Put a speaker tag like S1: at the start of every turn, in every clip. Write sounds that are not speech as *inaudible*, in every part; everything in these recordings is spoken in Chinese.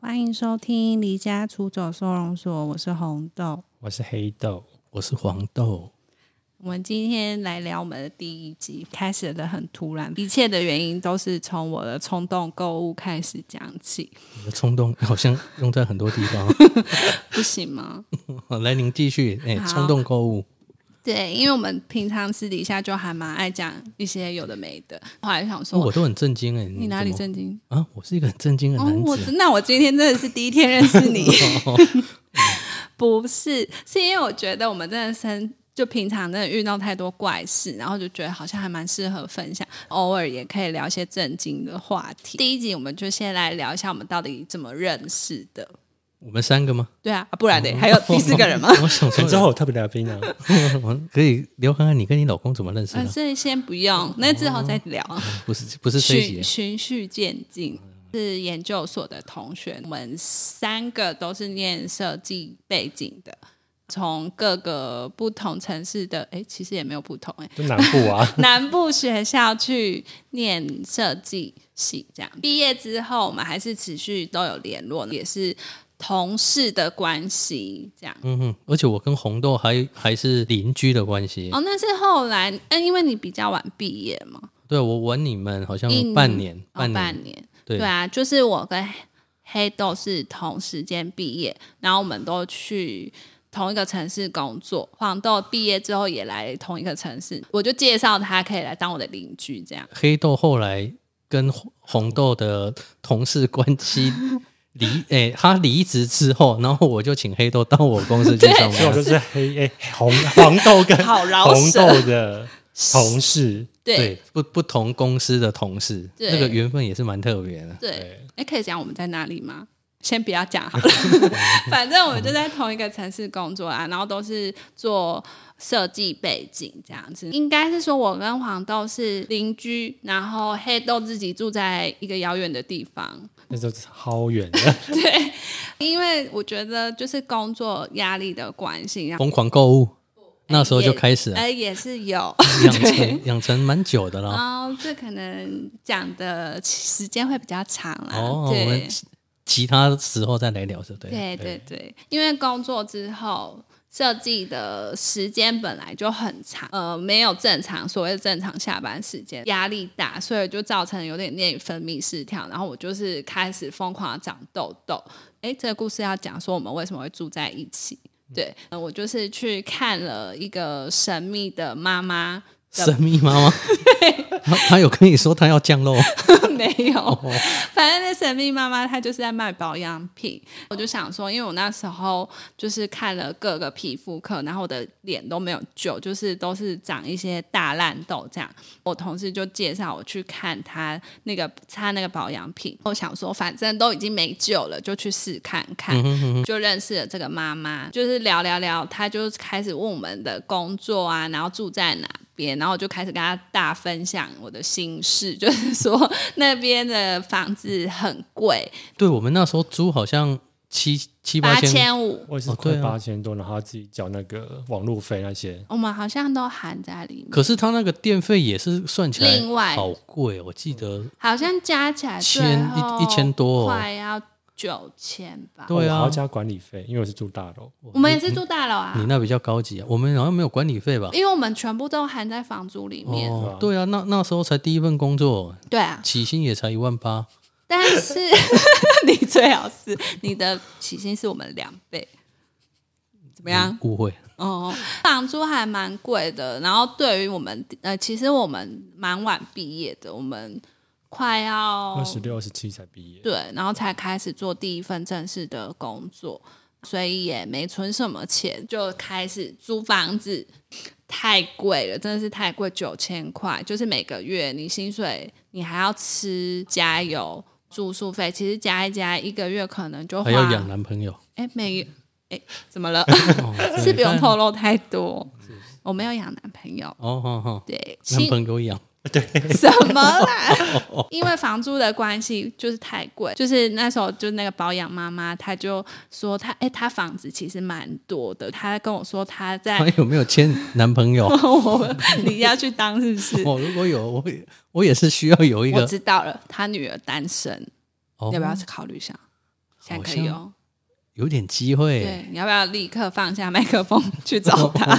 S1: 欢迎收听《离家出走收容所》，我是红豆。
S2: 我是黑豆，我是黄豆。
S1: 我们今天来聊我们的第一集，开始的很突然，一切的原因都是从我的冲动购物开始讲起， *laughs*
S2: 你的冲动好像用在很多地
S1: 不行吗？
S2: 方。来，您继续。哎、
S1: 好
S2: 冲动购物，
S1: 对，因为我们平常私底下就还蛮爱讲一些有的没的，后来想说，
S2: 我都很震惊哎、
S1: 你哪里
S2: 怎么
S1: 震惊？
S2: 啊？我是一个很震惊的
S1: 哦
S2: 男，
S1: 我
S2: 子。啊
S1: 那我今天真的是第一天认识
S2: *laughs*
S1: 你，不是，是因为我觉得我们真的生就平常真的遇到太多怪事，然后就觉得好像还蛮适合分享，偶尔也可以聊一些正经的话题。第一集我们就先来聊一下我们到底怎么认识的。
S2: 我们三个吗？
S1: 对啊，啊不
S2: 哦
S1: 然的、还有第四个人
S2: *laughs*
S1: 吗？
S2: 我
S1: *laughs*
S2: 想说
S3: 你知道我特别来宾啊，
S2: 我可以聊看看你跟你老公怎么认识
S1: 啊，
S2: 的，
S1: 这先不用，那之后再聊。
S2: 不是不是这一
S1: 循
S2: 集。啊
S1: 循序渐进。是研究所的同学，我们三个都是念设计背景的，从各个不同城市的，哎，其实也没有不同哎，，
S3: 就南部啊
S1: *laughs* 南部学校去念设计系，这样毕业之后，我们还是持续都有联络，也是同事的关系，这样。
S2: 嗯哼，而且我跟红豆还还是邻居的关系。
S1: 哦，那是后来，嗯，因为你比较晚毕业嘛，
S2: 对，我玩你们好像
S1: 一
S2: 半年，
S1: 哦
S2: 半年，
S1: 半年，
S2: 对
S1: 对啊，就是我跟黑豆是同时间毕业，然后我们都去同一个城市工作。黄豆毕业之后也来同一个城市，我就介绍他可以来当我的邻居，这样。
S2: 黑豆后来跟红红豆的同事关系离， *laughs* 诶、他离职之后，然后我就请黑豆到我公司去上
S3: 所以我
S2: 班。
S3: 就是黑
S1: *laughs*
S3: 诶、红黄豆跟
S1: 好饶
S3: 红
S1: 舌
S3: 豆的同事，
S1: 对
S2: 对，不不同公司的同事，
S1: 对
S2: 那个缘分也是蛮特别的。
S1: 对，哎，可以讲我们在哪里吗？先不要讲
S2: *laughs*
S1: 好了，反正我们就在同一个城市工作啊，然后都是做设计背景这样子。应该是说我跟黄豆是邻居，然后黑豆自己住在一个遥远的地方，
S3: 那就超远
S1: 哦
S3: 的，
S1: 对，因为我觉得就是工作压力的关系，然后
S2: 疯狂购物，那时候就开始了
S1: 呃哎也是有 *laughs*
S2: 养
S1: 对。
S2: 成养成蛮久的了。
S1: 哦，这可能讲的时间会比较长啦。
S2: 哦，我
S1: 对
S2: 们其其他时候再来聊，是对。
S1: 对对对，因为工作之后。设计的时间本来就很长，呃，没有正常所谓正常下班时间，压力大，所以就造成有点内分泌失调，然后我就是开始疯狂的长痘痘。诶，这个故事要讲说我们为什么会住在一起。对，呃我就是去看了一个神秘的妈妈，
S2: 神秘妈妈， *laughs* 她她有跟你说她要降肉，
S1: *laughs* 没有，反正那神秘妈妈她就是在卖保养品。我就想说，因为我那时候就是看了各个皮肤科，然后我的脸都没有救，就是都是长一些大烂痘这样。我同事就介绍我去看她那个擦那个保养品，我想说反正都已经没救了，就去试看看。就认识了这个妈妈，就是聊聊聊，她就开始问我们的工作啊，然后住在哪边，然后我就开始跟她大分享我的心事， *laughs* 就是说那边的房子很贵，
S2: 对我们那时候租好像七七
S1: 八
S2: 千，
S1: 千五，
S3: 我也是
S2: 哦对
S3: 快
S2: 啊
S3: 八千多，然后他自己缴那个网路费那些，
S1: 我们好像都含在里面，
S2: 可是他那个电费也是算起来
S1: 另外嗯
S2: 好贵哦，我记得
S1: 好像加起来最
S2: 千一
S1: 后
S2: 一千多哦
S1: 快要九千吧。
S2: 对啊
S3: 哦我还要加管理费，因为我是住大楼，
S1: 我们也是住大楼
S2: 你
S1: 啊，
S2: 那比较高级啊，我们好像没有管理费吧？
S1: 因为我们全部都含在房租里面。
S2: 哦，对啊，那那时候才第一份工作，
S1: 对啊，
S2: 起薪也才一万八，
S1: 但是 *laughs* 你最好是你的起薪是我们两倍，怎么样？
S2: 误会。
S1: 哦，房租还蛮贵的。然后对于我们，呃，其实我们蛮晚毕业的，我们快要
S3: 二十六、二十七才毕业，
S1: 哦对，然后才开始做第一份正式的工作，所以也没存什么钱，就开始租房子，太贵了，真的是太贵，九千块，就是每个月你薪水，你还要吃加油。住宿费其实加一加，一个月可能就
S2: 还
S1: 花
S2: 要养男朋友，
S1: 哎没哎怎么
S2: *laughs*
S1: 了？ *laughs*
S2: 哦
S1: 是不用透
S2: 哦
S1: 露太多。我没有养男朋友，
S2: 哦哦，
S1: 对，
S2: 男
S1: 薪
S2: 朋友养， *laughs*
S1: 什么啦？因为房租的关系，就是太贵。就是那时候，就那个保养妈妈，她就说她，哎、她房子其实蛮多的。她跟我说她在
S2: 还有没有牵男朋
S1: *laughs*
S2: 友？
S1: 我，你要去当是不
S2: *laughs*
S1: 是？
S2: 哦，如果有，我也我也是需要有一
S1: 我
S2: 个
S1: 知道了，她女儿单身，
S2: 哦
S1: 要不要考虑一下？现在可
S2: 好
S1: 以
S2: 像
S1: 哦。
S2: 有点机会、哦
S1: 对，你要不要立刻放下麦克风去找
S2: *laughs*
S1: 他？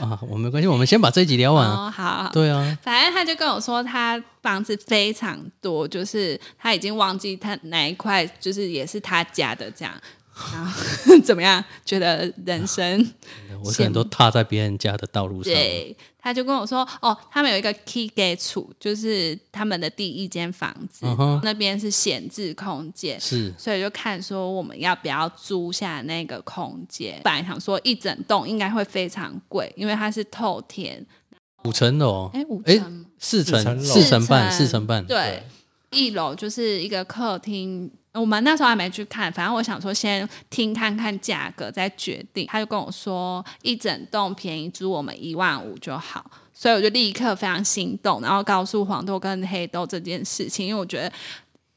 S2: 啊，我没关系，我们先把这一集聊完啊。
S1: 哦，好，
S2: 对啊，
S1: 反正他就跟我说，他房子非常多，就是他已经忘记他哪一块，就是也是他家的这样。然后 *laughs* 怎么样？觉得人生
S2: 我可能都踏在别人家的道路上。
S1: 对，他就跟我说，哦，他们有一个 key gate 处，就是他们的第一间房子
S2: 嗯哼
S1: 那边是闲置空间，
S2: 是
S1: 所以就看说我们要不要租下那个空间。本来想说一整栋应该会非常贵，因为它是透天，
S2: 五层楼，
S1: 哎，五
S2: 哎
S1: 层吗
S2: 四层，
S3: 四层
S2: 四层半，
S1: 四层
S2: 四层半。
S1: 对，一楼就是一个客厅。我们那时候还没去看，反正我想说先听看看价格再决定。他就跟我说一整栋便宜租我们一万五就好，所以我就立刻非常心动，然后告诉黄豆跟黑豆这件事情，因为我觉得。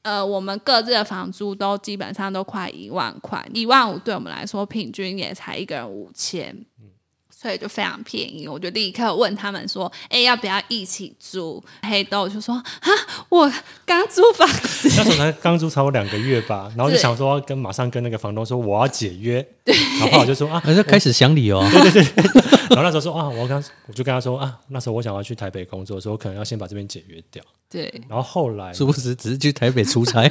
S1: 呃，我们各自的房租都基本上都快一万块，一万五对我们来说平均也才一个人五千，所以就非常便宜。我就立刻问他们说：“哎、要不要一起住？”黑豆就说：“哈，我刚租房子， *laughs*
S3: 那时候才刚租超过两个月吧，然后就
S1: 对
S3: 想说要跟马上跟那个房东说我要解约，然后我就说啊，
S2: 而且开始想理由，
S3: 然后那时候说啊，我要跟他我就跟他说啊，那时候我想要去台北工作，说我可能要先把这边解约掉。
S1: 对
S3: 然后后来
S2: 殊不知只是去台北出差。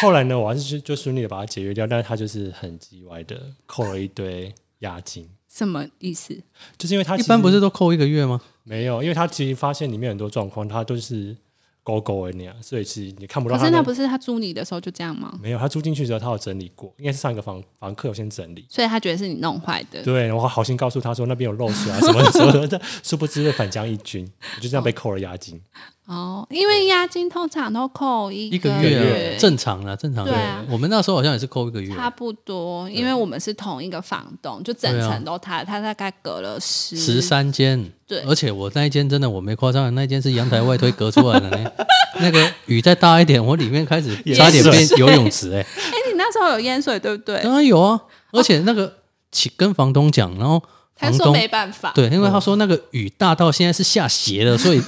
S3: 后来呢，我还是就就顺利的把它解约掉，但是他就是很叽歪的扣了一堆押金，
S1: 什么意思？
S3: 就是因为
S2: 一
S3: 他其实
S2: 般不是都扣一个月吗？
S3: 没有，因为他其实发现里面很多状况，他都是勾勾而那样，所以其实你看不到
S1: 可
S3: 他
S1: 是
S3: 的
S1: 那不是他租你的时候就这样吗？
S3: 没有，他租进去之后，他有整理过，应该是上一个房房客有先整理。
S1: 所以他觉得是你弄坏的。
S3: 对，我好心告诉他说那边有漏水啊什么什么的， *laughs* 殊不知被反将一军，我就这样被扣了押金。
S1: 哦，因为押金通常都扣一
S2: 一个
S1: 月，
S2: 月啊，正常啦，正常
S1: 对啊。
S2: 我们那时候好像也是扣一个月，
S1: 差不多，因为我们是同一个房东，就整层都他，他大概隔了十
S2: 啊十三间。
S1: 对
S2: 而且我那一间真的我没夸张，那一间是阳台外推隔出来的呢。那个雨再大一点，我里面开始
S3: 也
S2: 差点
S3: 是
S2: 变游泳池哎、
S1: 哎、你那时候有淹水对不对？
S2: 当然有啊，而且那个起跟房东讲，然后
S1: 他
S2: 房
S1: 说
S2: 东
S1: 没办法，
S2: 对，因为他说那个雨大到现在是下斜的，所以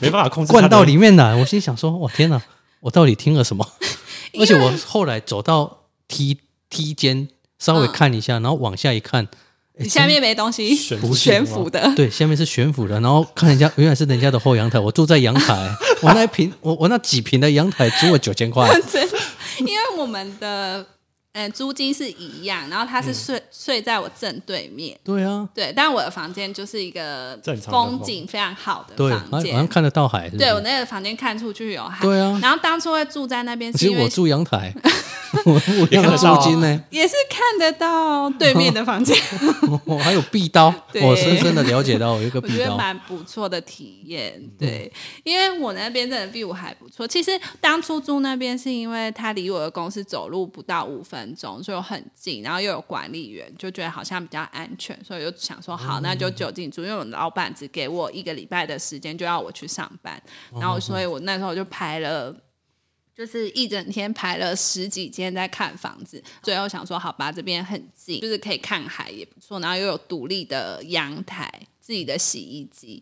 S3: 没办法控制他
S2: *laughs* 灌
S3: 的
S2: 到里面
S1: *laughs*
S2: 来。我心想说，哇天哪，我到底听了什么？而且我后来走到梯梯间稍微看一
S1: 啊
S2: 下，然后往下一看，
S1: 你下面没东西，
S3: 悬浮
S1: 悬浮的，
S2: 对，下面是悬浮的，然后看人家原来是人家的后阳台，我住在阳台，
S1: *laughs*
S2: 我那一平我我那几平的阳台租了九千块，
S1: 真的，因为我们的呃租金是一样，然后他是睡、睡在我正对面。
S2: 对啊，
S1: 对，但我的房间就是一个
S3: 正常的
S1: 风景非常好的
S2: 对，
S1: 房
S2: 好像好像
S1: 间。
S2: 看得到海，是不
S1: 对我
S2: 是？
S1: 那个房间看出去有海。
S2: 对啊
S1: 然后当初会住在那边，是
S2: 其
S1: 因
S2: 实我
S1: 为
S2: 住
S1: *laughs*
S2: 阳台，我我
S3: 也看
S2: 要
S3: 得到
S2: 租
S3: 啊
S2: 金呢，
S1: 也是看得到对面的房间，
S2: 我还有壁刀，
S1: 对
S2: 我深深的了解到有一
S1: *laughs*
S2: 个
S1: 我
S2: 壁
S1: 觉得
S2: 刀，
S1: 蛮不错的体验。对，因为我那边真的 view 还不错。其实当初住那边是因为它离我的公司走路不到五分钟，所以我很近，然后又有管理员，就觉得好像比较安全，所以就想说好，那就就近住。因为我老板只给我一个礼拜的时间，就要我去上班，然后所以我那时候就排了。就是一整天排了十几间在看房子，最后想说好吧，这边很近，就是可以看海也不错，然后又有独立的阳台，自己的洗衣机。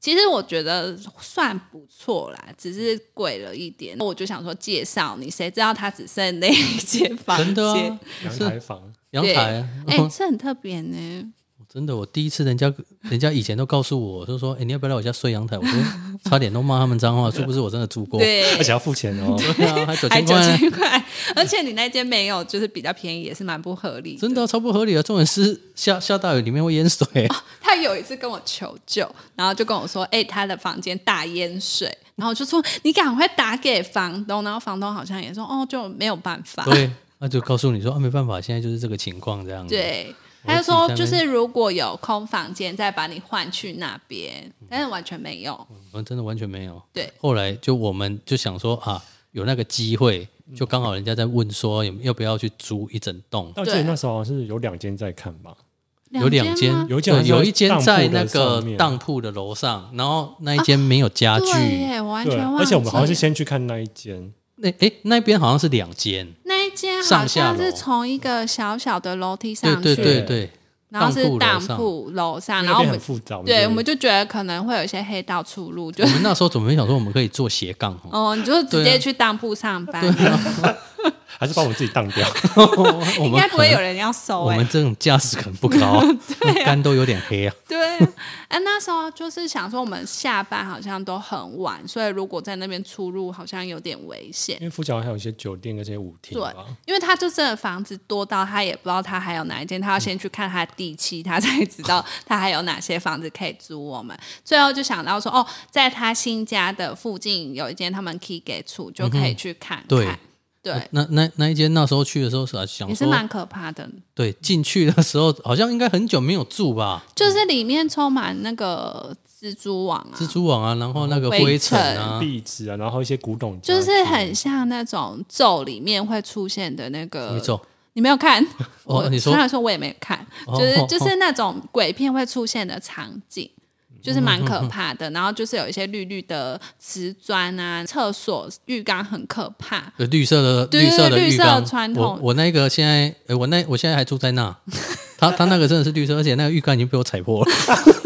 S1: 其实我觉得算不错啦，只是贵了一点。我就想说介绍你，谁知道它只剩那一间房间？
S2: 真的啊，
S3: 阳
S2: 是
S3: 台房，
S2: 阳台啊，
S1: 哎、
S2: *laughs*
S1: 这很特别呢。
S2: 真的，我第一次人家人家以前都告诉我，就说：“哎、你要不要来我家睡阳台？”我说 *laughs* 差点都骂他们脏
S1: *laughs*
S2: 话，是不是我真的住过？
S1: 对，
S3: 而且要付钱哦。
S2: 对啊，还九
S1: 还
S2: 千
S1: 九
S2: 块，
S1: 千块，而且你那间没有，就是比较便宜，也是蛮不合理的
S2: 真的、啊、超不合理啊！重点是下下大雨里面
S1: *laughs*
S2: 会淹水，
S1: 他有一次跟我求救，然后就跟我说：“哎、他的房间大淹水。”然后我就说：“你赶快打给房东。”然后房东好像也说：“哦，就没有办法。
S2: 对，那就告诉你说啊，没办法，现在就是这个情况这样”
S1: *laughs*
S2: 子。，
S1: 对，
S2: 我
S1: 他就说：“
S2: 自己在那边
S1: 就是如果有空房间，再把你换去那边。”但是完全没有。
S2: 我们真的完全没有。
S1: 对，
S2: 后来就我们就想说啊，有那个机会，
S1: 嗯
S2: 就刚好人家在问说有要不要去租一整栋，
S3: 但我记得那时候好像是有两间在看吧，
S2: 嗯有两间
S1: 吗，
S3: 有一间好
S2: 对，
S3: 像
S2: 有一间在那
S3: 当铺的
S2: 个
S3: 上面啊
S2: 当铺的楼上，然后那一间没有家具。
S1: 啊对耶，我完
S3: 对，
S1: 全忘记了。
S3: 而且我们好像是先去看那一间，
S2: 那哎、那边好像是两间，
S1: 那一间好
S2: 上下
S1: 像
S2: 楼
S1: 是从一个小小的楼梯上
S2: 对
S1: 去，
S2: 对对对，
S1: 然后是当
S2: 当铺楼上
S1: 铺楼上，
S3: 因
S1: 然
S3: 为那
S1: 后我
S3: 边很
S1: 们
S3: 复杂，
S1: 对，我们
S3: 就
S1: 就觉得可能会有一些黑道出入，就 *laughs*
S2: 我们那时候怎么没想说我们可以做斜杠哦？
S1: 哦，你就直
S2: 对
S1: 接
S2: 啊
S1: 去当铺上班，
S3: 还是把我们自己当掉？
S2: *laughs*
S3: *laughs*
S2: 我
S1: *laughs* 应
S2: 们
S1: 该不会
S2: 可
S1: 有
S2: 能
S1: 人要收
S2: 我
S1: 哎、
S2: 们这种价值可能
S1: *laughs*
S2: 不高，肝都有点黑啊。
S1: 对，哎、那时候就是想说，我们下班好像都很晚，所以如果在那边出入，好像有点危险
S3: 因。为富桥还有一些酒店跟这些舞厅
S1: 对
S3: 吧，，
S1: 因为他就真的房子多到他也不知道他还有哪一间，他要先去看他的地契，他才知
S2: *laughs*
S1: 道他还有哪些房子可以租我们。最后就想到说，哦，在他新家的附近有一间他们 key 给处，就可以去看看。
S2: 嗯对
S1: 对，
S2: 那那那一间那时候去的时候是啊想
S1: 也是
S2: 说，
S1: 蛮可怕的，
S2: 对，进去的时候好像应该很久没有住吧，
S1: 就是里面充满那个蜘蛛网啊，
S2: 蜘蛛网啊，然后那个
S1: 灰
S2: 灰尘啊，
S3: 壁纸啊，然后一些古董家具，
S1: 就是很像那种咒里面会出现的那个
S2: 没错，
S1: 你没有看？
S2: *laughs* 哦
S1: 我
S2: 你说
S1: 虽然说我也没有看，
S2: 哦
S1: 就是
S2: 哦
S1: 就是那种鬼片会出现的场景。就是蛮可怕
S2: 嗯
S1: 的，然后就是有一些绿绿的瓷砖啊，厕所、浴缸很可怕。 *laughs*
S2: 呃绿色的
S1: 对对
S2: 色的
S1: 绿
S2: 浴
S1: 色
S2: 缸，
S1: 传
S2: 我
S1: 统
S2: 我那个现在，呃我那我现在还住
S1: *laughs*
S2: 在那，他他那个真的是绿色，而且那个浴缸已经被我踩破了， *laughs*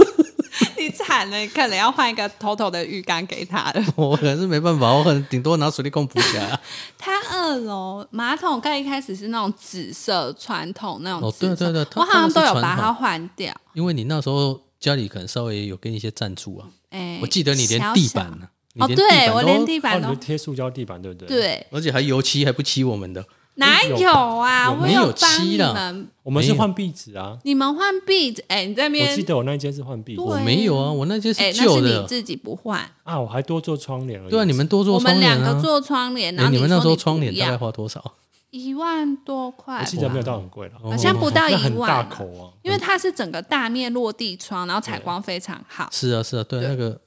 S1: 你惨了，你可能要换一个头头的浴缸给他
S2: *laughs*
S1: 了。
S2: 我可能是没办法，我可能顶多拿水力供补起来啊。
S1: 它二楼马桶盖一开始是那种紫色传统那种
S2: 哦
S1: 紫色，
S2: 对对对它
S1: 我好像都有
S2: 它是
S1: 把
S2: 传统
S1: 它换掉。
S2: 因为你那时候家里可能稍微有跟一些赞助啊，
S1: 哎、
S2: 我记得你连地板呢、
S1: 小小哦，
S2: 你连地板哎
S1: 对
S2: 都
S1: 我连地
S3: 哦，
S1: 板
S3: 你
S1: 都、
S3: 就贴塑胶地板，对不对？，
S1: 对，
S2: 而且还油漆还不漆我们的，
S1: 哪
S3: 有
S1: 有啊？
S3: 有
S1: 我
S2: 没有
S1: 帮
S2: 漆
S1: 你
S2: 啦
S1: 们
S3: 我们
S2: 没
S3: 是
S2: 有
S3: 换壁纸啊，
S1: 你们换壁纸，哎、你这
S3: 我记
S1: 边
S3: 得我那一间是换壁纸
S1: 对
S2: 我没有啊，我那些
S1: 哎、
S2: 是
S1: 那
S2: 旧
S1: 是你
S2: 的，
S1: 自己不换。
S3: 啊，我还多做窗帘而已。
S2: 对啊，你们多
S1: 我
S2: 做
S1: 们
S2: 窗
S1: 两
S2: 帘
S1: 个
S2: 啊。
S1: 做窗帘，然
S2: 哎
S1: 后
S2: 你们
S1: 说
S2: 那时候
S1: 不
S2: 窗帘大
S1: 要
S2: 概花多少？
S1: 一万多块
S3: 我，记得没有到很贵了，
S2: 哦
S1: 好像不到
S3: 那
S1: 一
S3: 很
S1: 万
S3: 大
S1: 啊、
S3: 口啊，
S1: 因为它是整个大面落地窗，然后采光非常好。
S2: 是啊，是啊，对，那个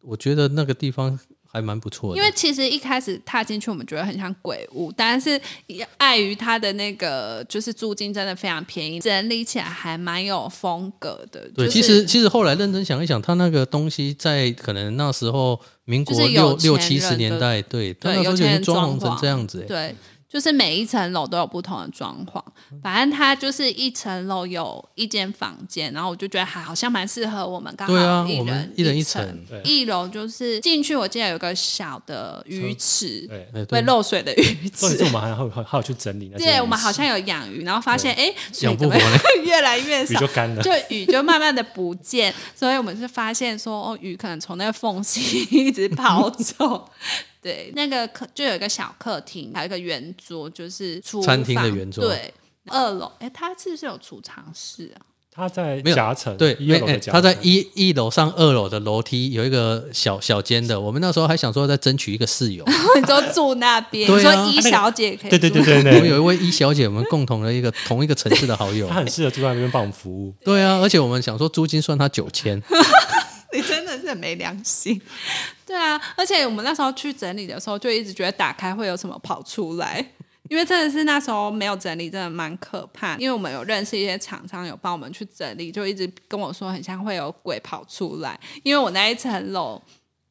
S2: 我觉得那个地方还蛮不错的，
S1: 因为其实一开始踏进去，我们觉得很像鬼屋，但是也碍于它的那个就是租金真的非常便宜，整理起来还蛮有风格的。
S2: 对，
S1: 就是、
S2: 其实其实后来认真想一想，他那个东西在可能那时候民国
S1: 就是有
S2: 六六
S1: 钱
S2: 七十
S1: 人
S2: 年
S1: 的
S2: 代，对，他
S1: 对
S2: 那时
S1: 有
S2: 候就
S1: 钱
S2: 已经
S1: 人装
S2: 装潢成
S1: 潢
S2: 这样子、欸，
S1: 对，就是每一层楼都有不同的装潢，反正它就是一层楼有一间房间，然后我就觉得还好像蛮适合我们，刚好
S2: 对啊，
S1: 一
S2: 我们
S1: 一
S2: 人一
S1: 层。
S2: 层，
S3: 对
S1: 一楼就是进去，我记得有个小的鱼池，
S3: 对。
S2: 哎，对
S1: 会，漏水的鱼
S3: 重点是
S1: 池。
S3: 我们还还有还有去整理那些鱼
S1: 对，
S3: 池，
S1: 我们好像有养鱼，然后发现哎，水
S2: 养
S1: 怎
S2: 不
S1: 么
S2: 活嘞
S1: *laughs* 越来越
S3: 鱼
S1: 少
S3: 就，干
S2: *laughs*
S3: 了
S1: 就。雨就慢慢的不见，所以我们是发现说，哦，雨可能从那个缝隙一直跑走。 *laughs* 对，那个客就有一个小客厅，还有一个圆桌，就是厨
S2: 餐厅的
S1: 房
S2: 圆桌
S1: 对，二楼，哎，它是不是有储藏室啊？ *laughs*
S3: 他在
S2: 没有
S3: 夹层，
S2: 对，
S3: 一二
S2: 没
S3: 楼
S2: 哎
S3: 的夹层，
S2: 他在一一楼上二楼的楼梯有一个小小间的，我们那时候还想说再争取一个室友，
S1: 你说住那边，你
S2: 对
S1: 说
S2: 啊
S1: 一小姐可以住，
S3: 对对对 *laughs* 对
S2: 我们
S3: 对，
S2: 有一位一小姐，我们共同的一个同一个城市的好
S3: *laughs*
S2: 友
S3: 他，很适合住在那边帮我们服务。
S2: 对啊，而且我们想说租金算他九千，
S1: *laughs* 你真的是很没良心。对啊，而且我们那时候去整理的时候，就一直觉得打开会有什么跑出来， *laughs* 因为真的是那时候没有整理，真的蛮可怕。因为我们有认识一些厂商有帮我们去整理，就一直跟我说很像会有鬼跑出来，因为我那一层楼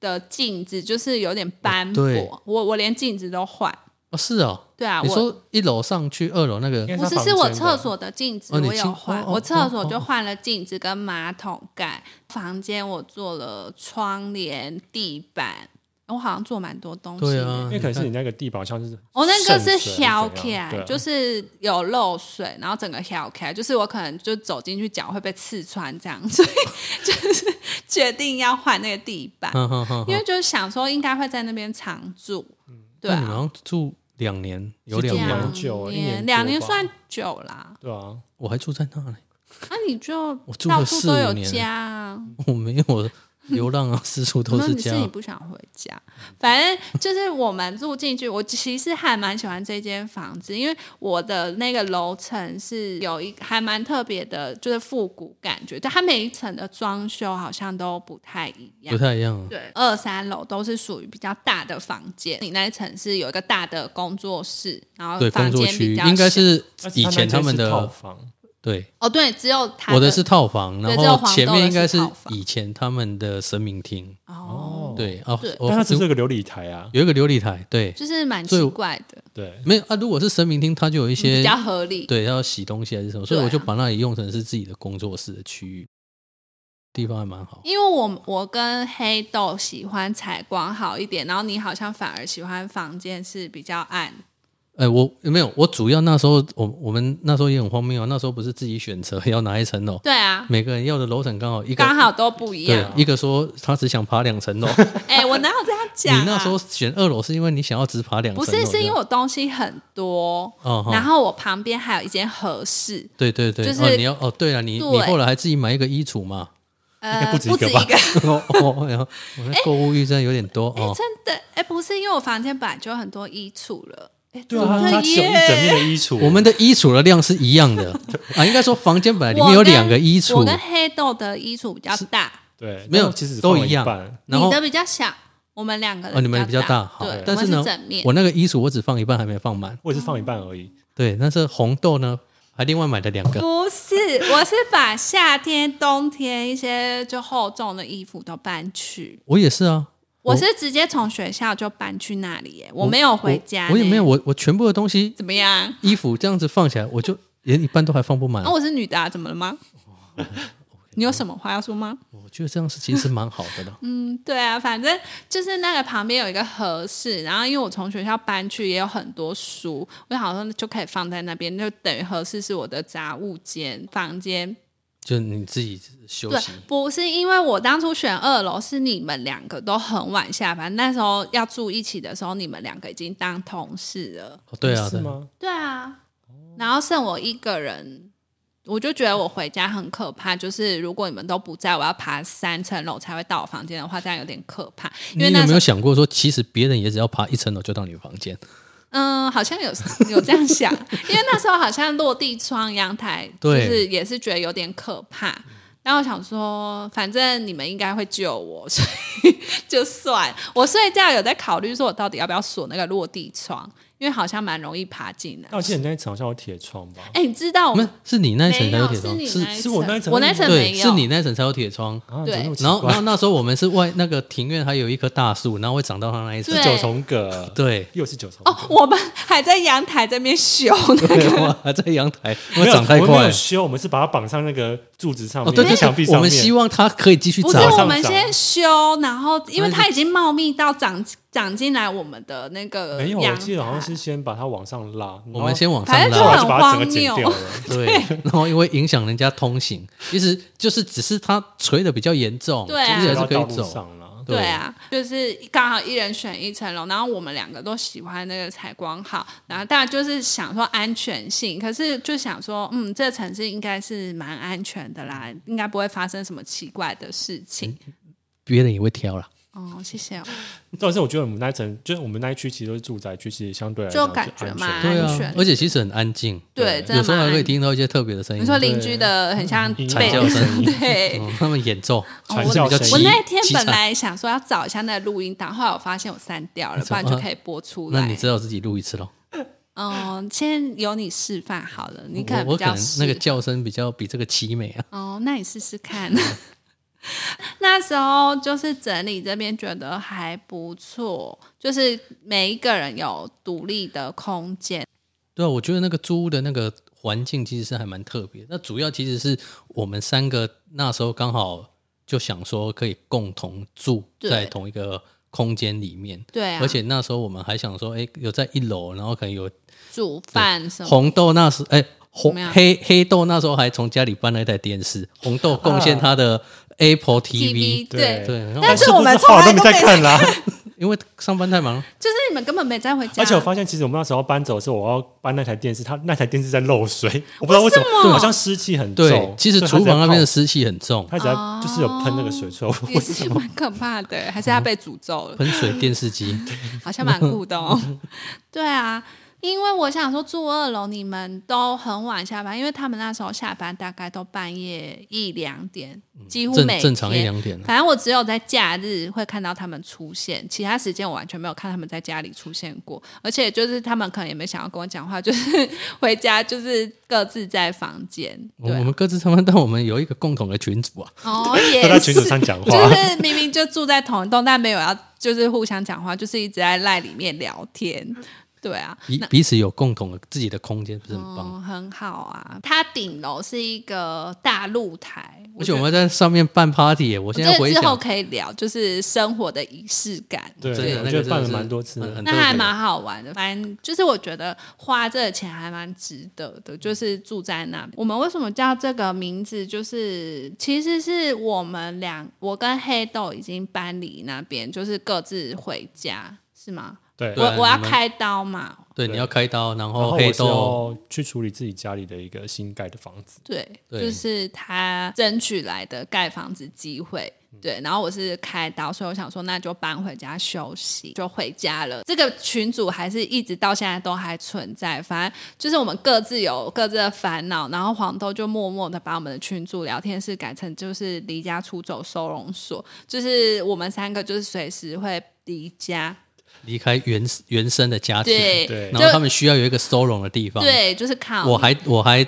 S1: 的镜子就是有点斑
S2: 哦对
S1: 驳，我我连镜子都换。
S2: 哦，是哦，
S1: 对啊，
S2: 你
S1: 我
S2: 说一楼上去二楼那个
S3: 应该
S1: 不
S3: 他
S1: 是
S3: 房
S1: 是我
S3: 间
S1: 厕
S3: 的
S1: 所的镜子，
S2: 哦你
S1: 我有
S2: 镜
S1: 换，
S2: 哦哦
S1: 我厕所
S2: 哦哦
S1: 就换了镜子跟马桶盖，房间我做了窗帘、地板，我好像做蛮多东西
S2: 对
S1: 的。
S2: 啊
S3: 因为可能是你那个地板像是
S1: 我、哦那个是挑
S3: 渗水还是怎
S1: 起
S3: 样对
S1: 来，
S3: 啊
S1: 就是有漏水，然后整个挑起来，就是我可能就走进去脚会被刺穿这样，所 *laughs* 以就是决定要换那个地板，
S2: 嗯哼哼哼
S1: 因为就是想说应该会在那边常住，对
S3: 嗯
S2: 那
S1: 啊
S2: 你们好像住两年，有
S3: 是这
S2: 两
S3: 样
S2: 年吗
S3: 蛮，久啊了一年
S1: 年
S3: 多
S1: 两年
S3: 吧
S1: 算久啦。
S3: 对啊，
S2: 我还住在那呢，
S1: 那、啊你就
S2: 我住
S1: 到
S2: 了
S1: 处
S2: 四
S1: 都
S2: 五
S1: 有
S2: 年
S1: 家啊。
S2: 我没有流浪啊，四处都
S1: 那
S2: 是
S1: 你是
S2: 家。
S1: 你不想回家，反正就是我们住进去，我其实还蛮喜欢这间房子，因为我的那个楼层是有一还蛮特别的，就是复古感觉，就它每一层的装修好像都不太一样
S2: 不。太一样，啊
S1: 对，二三楼都是属于比较大的房间，你那一层是有一个大的工作室，然后
S2: 对
S1: 房
S2: 工作
S1: 间
S2: 区
S1: 比较
S2: 应该
S1: 小
S2: 是
S3: 而且
S2: 以
S3: 那
S2: 前
S3: 间
S2: 他们
S3: 是套
S2: 的
S3: 房，
S2: 对，
S1: 哦，对，只有它
S2: 我的是套房，
S1: 对
S2: 然
S1: 只有
S2: 后
S1: 黄
S2: 前
S1: 豆的
S2: 面应该
S1: 是
S2: 是
S1: 套房
S2: 以前他们的神明厅，
S1: 哦，
S2: 对啊
S1: 对，
S2: 我
S3: 但它只
S2: 只
S3: 是有个琉璃台啊，
S2: 有一个琉璃台，对，
S1: 就是蛮
S2: 所以
S1: 奇
S2: 我
S1: 怪的，
S3: 对，
S2: 没有啊，如果是神明厅，它就有一
S1: 比
S2: 些
S1: 较合理。
S2: 对要洗东西还是什么，所以
S1: 对啊
S2: 我就把那里用成是自己的工作室的区域，地方还蛮好。
S1: 因为我我跟黑豆喜欢采光好一点，然后你好像反而喜欢房间是比较暗，
S2: 呃，我没有，我主要那时候我我们那时候也很荒谬啊，那时候不是自己选择要哪一层楼，
S1: 对啊，
S2: 每个人要的楼层刚好一个
S1: 刚好都不一
S2: 对
S1: 样。，
S2: 一个说他只想爬两层楼，
S1: 哎、我哪有 *laughs* 这样
S2: 你
S1: 讲、啊？
S2: 那时候选二楼是因为你想要只爬两层
S1: 不
S2: 楼，
S1: 是，是因为
S2: 为
S1: 我东西很多，
S2: 哦，
S1: 然
S2: 哦
S1: 后我旁边还有一间合适，
S2: 对对对，
S1: 就是
S2: 哦你要哦对了，你你
S1: 对
S2: 后来还自己买一个衣
S1: *laughs*
S2: 橱嘛，
S1: 呃，
S3: 不
S1: 不
S3: 止
S1: 止
S3: 一
S1: 一
S3: 个吧
S1: 个，
S2: 哦哦，然后我的购物欲真的有点多
S1: 哎、
S2: 哦，
S1: 真的，哎、不是，因为我房间本来就有很多衣橱了，哎、
S3: 对啊，他是有一整面的衣橱，
S2: 我们的衣橱的量是一样
S1: *laughs*
S2: 的啊，应该说房间本来里面
S1: 我
S2: 有
S1: 跟
S2: 两个衣
S1: 我
S2: 橱，
S1: 跟黑豆的衣橱比较大，
S3: 对
S2: 没有
S3: 但其实
S2: 都
S3: 放了
S2: 一样
S3: 半
S2: 然后
S1: 你的比较小，我们两个人
S2: 哦你们比较
S1: 大，
S2: 大，好
S1: 对，，
S2: 但
S1: 我们
S2: 呢
S1: 正面，
S2: 我那个衣橱我只放一半还没放满，
S3: 我也是放一半而已。
S2: 对，但是红豆呢还另外买了 *laughs* 两个，
S1: 不是，我是把夏天、冬天一些就厚重的衣服都搬去。
S2: 我也是啊，
S1: 我是直接从学校就搬去那里耶，我没有回家
S2: 哦我我也没有，
S1: 呢
S2: 我我全部的东西
S1: 怎么样？
S2: 衣服这样子放起来，我就连一半都还放不满
S1: 啊，。我是女的、啊，怎么了
S2: *laughs*
S1: 吗？你有什么话要说吗？
S2: 我觉得这样是其实蛮好的啦。
S1: 嗯，对啊，反正就是那个旁边有一个合适，然后因为我从学校搬去也有很多书，我好像就可以放在那边，就等于合适是我的杂物间房间。
S2: 就你自己休
S1: 对
S2: 息，，
S1: 不是因为我当初选二楼是你们两个都很晚下班，那时候要住一起的时候，你们两个已经当同事了。
S2: 哦对啊，
S3: 是
S2: 对啊，
S3: 吗？
S1: 对啊，然后剩我一个人，我就觉得我回家很可怕。就是如果你们都不在，我要爬三层楼才会到我房间的话，这样有点可怕。因
S2: 你
S1: 为
S2: 有
S1: 那
S2: 没
S1: 时
S2: 有
S1: 候，
S2: 想过说，其实别人也只要爬一层楼就到你的房间？
S1: 嗯，好像有有这样想，因为那时候好像落地窗、阳台，就
S2: 对
S1: 是也是觉得有点可怕。然后我想说，反正你们应该会救我，所以 *laughs* 就算我睡觉有在考虑，说我到底要不要锁那个落地窗，因为好像蛮容易爬进来
S3: 那。我记得你那一层好像有铁窗吧？
S1: 哎、你知道我
S2: 不
S1: 们
S2: 是，是你那一层
S1: 没
S2: 才
S1: 有，
S2: 铁窗，
S1: 你
S2: 是
S1: 一
S3: 是我那一层
S1: 我那一层
S2: 对，
S1: 没有，哦
S2: 是你那一层才有铁窗。
S3: 啊，
S1: 对
S3: 怎么那么奇
S2: 然后，然后
S3: 怪？
S2: 那时候我们是外那个庭院还有一棵大树，然后会长到它那一层
S1: 对。
S3: 九重葛，，
S2: 对，
S3: 又是九重
S1: 哦，我们还在阳台这边修
S2: *laughs*
S1: 呢。 *laughs*
S2: 我还在阳台，因为
S3: 没有
S2: 长太
S3: 我们没
S2: 快
S3: 有。修，我们是把它绑上那个柱子上
S2: 哦，
S3: 面，
S2: 对
S3: 就
S2: 对，
S3: 墙壁
S2: 对，
S3: 上
S2: 我
S3: 面。
S2: 们希望它可以继续
S1: 不是
S2: 长。
S1: 我们先修，然后因为它已经茂密到长长进来我们的那个
S3: 没有，我
S1: 阳
S3: 记得好像
S1: 台
S3: 是先把它往上拉，
S2: 我们先往上
S1: 反正就。
S2: 拉
S3: 然后
S1: 很
S3: 就把它整个剪
S2: *laughs*
S3: 掉了。
S2: 对，然后因为影响人家通行，其实就是只是它垂的比较严重，
S1: 对啊
S2: 其实
S3: 对
S2: 还
S3: 到
S2: 是可
S3: 道
S2: 以
S3: 路
S2: 走。
S3: 上了。
S1: 对啊，就是刚好一人选一层楼，然后我们两个都喜欢那个采光好，然后大家就是想说安全性，可是就想说，嗯，这城市应该是蛮安全的啦，
S3: 嗯
S1: 应该不会发生什么奇怪的事情。
S2: 别人也会挑啦。
S3: 嗯
S1: 哦，谢谢哦，
S3: 但是我觉得我们那一层，就是我们那一区其实都是住宅区，其实相对来
S1: 就
S3: 讲
S1: 感
S3: 是
S1: 觉
S3: 安全
S1: 蛮
S3: 的
S2: 对
S1: 安
S2: 啊
S1: 全，
S2: 而且其实很安静，
S1: 对，真
S2: 有
S1: 的
S2: 时
S1: 蛮
S2: 候还
S1: 安
S2: 可以
S1: 全
S2: 听到一些特别的声音
S1: 你。说邻居的很像
S3: 对
S1: 被
S2: 惨叫声
S1: *laughs* 对。
S2: 哦他们演奏，
S1: 哦
S3: 传
S1: 我
S3: 教
S2: 比较
S3: 声
S1: 我
S2: 急
S3: 音。
S1: 那天
S2: 凄
S1: 本
S2: 惨
S1: 来想说要找一下那个录音档，后来我发现我删掉了，不然就可以播出来。
S2: 那你只好自己录一次喽。
S1: 嗯，先由你示范好了，你可
S2: 我
S1: 能比
S2: 我可
S1: 较
S2: 能那个
S1: 适
S2: 叫声比较比这个凄美啊。
S1: 哦，那你试试看。 *laughs* 那时候就是整理这边觉得还不错，就是每一个人有独立的空间。
S2: 对啊，我觉得那个租屋的那个环境其实是还蛮特别。那主要其实是我们三个那时候刚好就想说可以共同住
S1: 对
S2: 在同一个空间里面，
S1: 对啊，
S2: 而且那时候我们还想说，哎，有在一楼，然后可能有
S1: 煮饭什么，
S2: 红豆那时，哎，红
S1: 怎么样
S2: 黑黑豆那时候还从家里搬了一台电视，红豆贡
S1: 嗯
S2: 献他的 Apple
S1: TV
S2: TV，、
S1: 对
S2: 对，然后
S1: 但是
S3: 不
S1: 我们
S3: 知
S1: 从
S3: 道
S1: 来
S3: 都没
S1: 都
S3: 在
S1: 没
S3: 看啊啦。
S2: 因为上班太忙了，
S1: 就是你们根本没再回家。
S3: 而且我发现，其实我们那时候搬走的时候，我要搬那台电视，它那台电视在漏水，我不知道为什么，好像湿气很重。
S2: 对，其实
S3: 所以它
S2: 厨
S3: 一直在
S2: 房那边的
S3: 泡，
S2: 湿气很重，
S3: 它只在就是有喷那个水出来。
S1: 哦也是蛮可怕的，还是他被诅咒了，
S2: 喷水电视 *laughs* 机，
S1: 好像蛮酷的哦。 *laughs* 对啊，因为我想说住二楼你们都很晚下班，因为他们那时候下班大概都半夜一两点，几乎
S2: 嗯正
S1: 每
S2: 正常一
S1: 天
S2: 两点啊了。
S1: 反正我只有在假日会看到他们出现，其他时间我完全没有看他们在家里出现过。而且就是他们可能也没想要跟我讲话，就是 *laughs* 回家就是各自在房间。*laughs*
S2: 我
S1: 对
S2: 我
S1: 啊，
S2: 们各自上班，但我们有一个共同的群组啊，
S1: 哦
S2: *laughs*
S3: 都在
S1: 也
S3: 群主
S1: 是，
S3: 上讲话，
S1: 就是明明就住在同一栋，但没有要就是互相讲话，就是一直在赖里面聊天。对啊，
S2: 彼彼此有共同的自己的空间，不是很棒？
S1: 嗯，很好啊。它顶楼是一个大露台，
S2: 而且我们在上面办 party，耶我现
S1: 这
S2: 在
S1: 个
S2: 回
S1: 之后
S2: 想，
S1: 可以聊，就是生活的仪式感。
S3: 对，
S2: 真的
S3: 我
S2: 那
S3: 觉
S2: 个
S3: 得办了
S2: 真的
S3: 蛮
S2: 是
S3: 多次
S2: 很
S3: 的
S2: 很。
S1: 那
S2: 特
S1: 还
S2: 别
S1: 蛮好玩的，反正就是我觉得花这个钱还蛮值得
S2: 嗯
S1: 的，就是住在那边。我们为什么叫这个名字？就是其实是我们两，我跟黑豆已经搬离那边，就是各自回家，是吗？
S3: 对，
S1: 我
S2: 对
S1: 我要
S2: 你们
S1: 开刀嘛，
S2: 对，
S3: 对
S2: 你要开刀，然
S3: 然
S2: 后
S3: 后
S2: 黑
S3: 我是
S2: 豆，
S3: 要去处理自己家里的一个新盖的房子，
S1: 对，
S2: 对
S1: 就是他争取来的盖房子机会。
S2: 嗯
S1: 对，然后我是开刀，所以我想说，那就搬回家休息，就回家了。这个群组还是一直到现在都还存在，反正就是我们各自有各自的烦恼，然后黄豆就默默的把我们的群组聊天室改成就是离家出走收容所，就是我们三个就是随时会离家，离
S2: 离开原原生的家庭， *laughs*
S1: 对
S3: 对
S2: 然后
S1: 就
S2: 他们需要有一个收容的地方。，
S1: 对，就是看
S2: 我还我还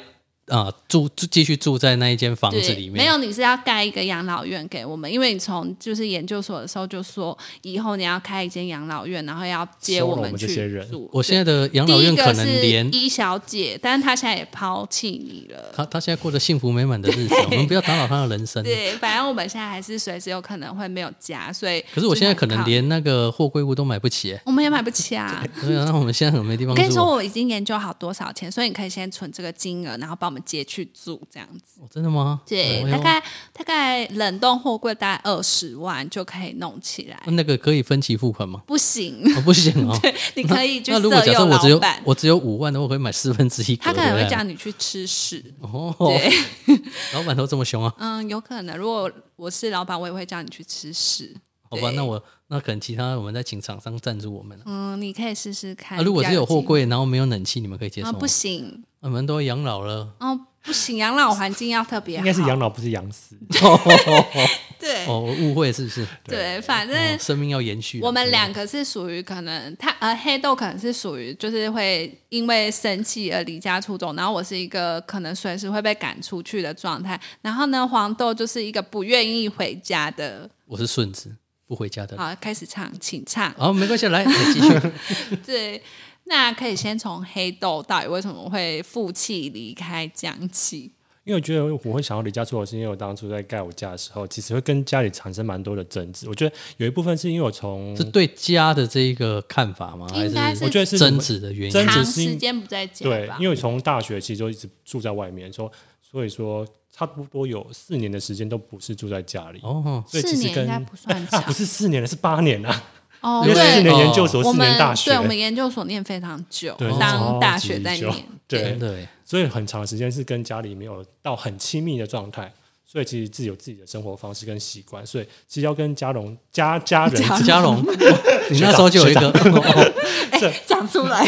S2: 啊、住住继续住在那一间房
S1: 对，
S2: 子里面，
S1: 没有，你是要盖一个养老院给我们，因为你从就是研究所的时候就说，以后你要开一间养老院，然后要接
S3: 收容
S1: 们
S3: 我们这
S1: 去
S3: 些人
S1: 住。
S2: 我现在的养
S1: 对
S2: 老
S1: 第
S2: 院
S1: 一
S2: 可
S1: 个
S2: 能
S1: 是
S2: 连
S1: 一小姐，但是她现在也抛弃你了。
S2: 他他现在过着幸福美满的
S1: *laughs*
S2: 日子，我们不要打扰他的人生。 *laughs*
S1: 对，反正我们现在还是随时有可能会没有家，所以
S2: 可是我现在可
S1: 就
S2: 能 *laughs*
S1: 是很
S2: 连那个货柜屋都买不起、
S1: *laughs*
S2: 欸，
S1: 靠我们也买不起啊。
S2: 对啊，那我们现在很没地
S1: 我
S2: 方住、
S1: 跟你说，
S2: 哦
S1: 我已经研究好多少钱，所以你可以先存这个金额，然后把我们接去住这样子。
S2: 真的吗？
S1: 对，
S2: 哎呦
S1: 大概大概冷冻货柜大概二十万就可以弄起来，
S2: 那个可以分期付款吗？
S1: 不行。
S2: 哦、不行
S1: *laughs*
S2: 哦。
S1: 你可以去
S2: 那
S1: 色
S2: 如果假设
S1: 诱
S2: 我只
S1: 老
S2: 有
S1: 板，
S2: 我只有五万的话，我可以买四分之一
S1: 他
S2: 格回
S1: 可能
S2: 来。
S1: 会叫你去吃屎。
S2: 哦，
S1: 对，
S2: 老板都这么凶啊？
S1: 嗯，有可能。如果我是老板，我也会叫你去吃屎。
S2: 好吧，
S1: 对
S2: 那我那可能其他我们再请厂商赞助我们了。
S1: 嗯，你可以试试看。
S2: 啊，如果只有货
S1: 比
S2: 柜，哦然后没有冷气，你们可以接
S1: 较有机会，
S2: 受
S1: 啊，
S2: 吗
S1: 不？行，
S2: 我们都养老了，
S1: 哦，不行，养老环境要特别好。
S3: 应该是养老不是养死。
S1: 对
S2: 哦，我误会是不是？
S1: 对，反正
S2: 哦，生命要延续啊。
S1: 我们
S2: 对
S1: 两个是属于可能他呃黑豆可能是属于就是会因为生气而离家出走，然后我是一个可能随时会被赶出去的状态，然后呢黄豆就是一个不愿意回家的，
S2: 我是顺子，不回家的人。
S1: 好开始唱，请唱，
S2: 好，没关系，来你
S3: *laughs*
S2: 继续。
S1: 对，那可以先从黑豆到底为什么会负气离开讲起，
S3: 因为我觉得我会想要离家出走，是因为我当初在盖我家的时候，其实会跟家里产生蛮多的争执。我觉得有一部分是因为我从
S2: 是对家的这一个看法吗？还
S1: 应该
S3: 我觉得是
S2: 争执的原因？
S3: 争
S1: 长
S3: 执是因
S1: 时间不在家
S3: 对，
S1: 吧
S3: 因为我从大学其实就一直住在外面，说所以说差不多有四年的时间都不是住在家里，
S2: 哦，
S3: 所以
S1: 四
S3: 其
S1: 年
S3: 实
S1: 应
S3: 跟
S1: 该不算
S3: 啊
S1: 长
S3: *laughs* 不是四年了，是八年啊，
S1: 哦，
S3: 因为四
S1: 对。
S3: 年研究所，
S1: 我
S3: 四
S1: 们
S3: 年大学
S1: 对，我们研究所念非常久
S3: 对，
S1: 当
S3: 超
S1: 大
S3: 级
S1: 学在
S3: 久
S1: 念，
S3: 对
S2: 真的耶，
S3: 所以很长时间是跟家里没有到很亲密的状态，所以其实自己有自己的生活方式跟习惯，所以其实要跟家荣家家人
S1: 家
S2: 嘉
S1: *laughs*
S2: 荣，你那时候就有一个，哦
S1: 讲出
S3: *laughs*
S1: 来。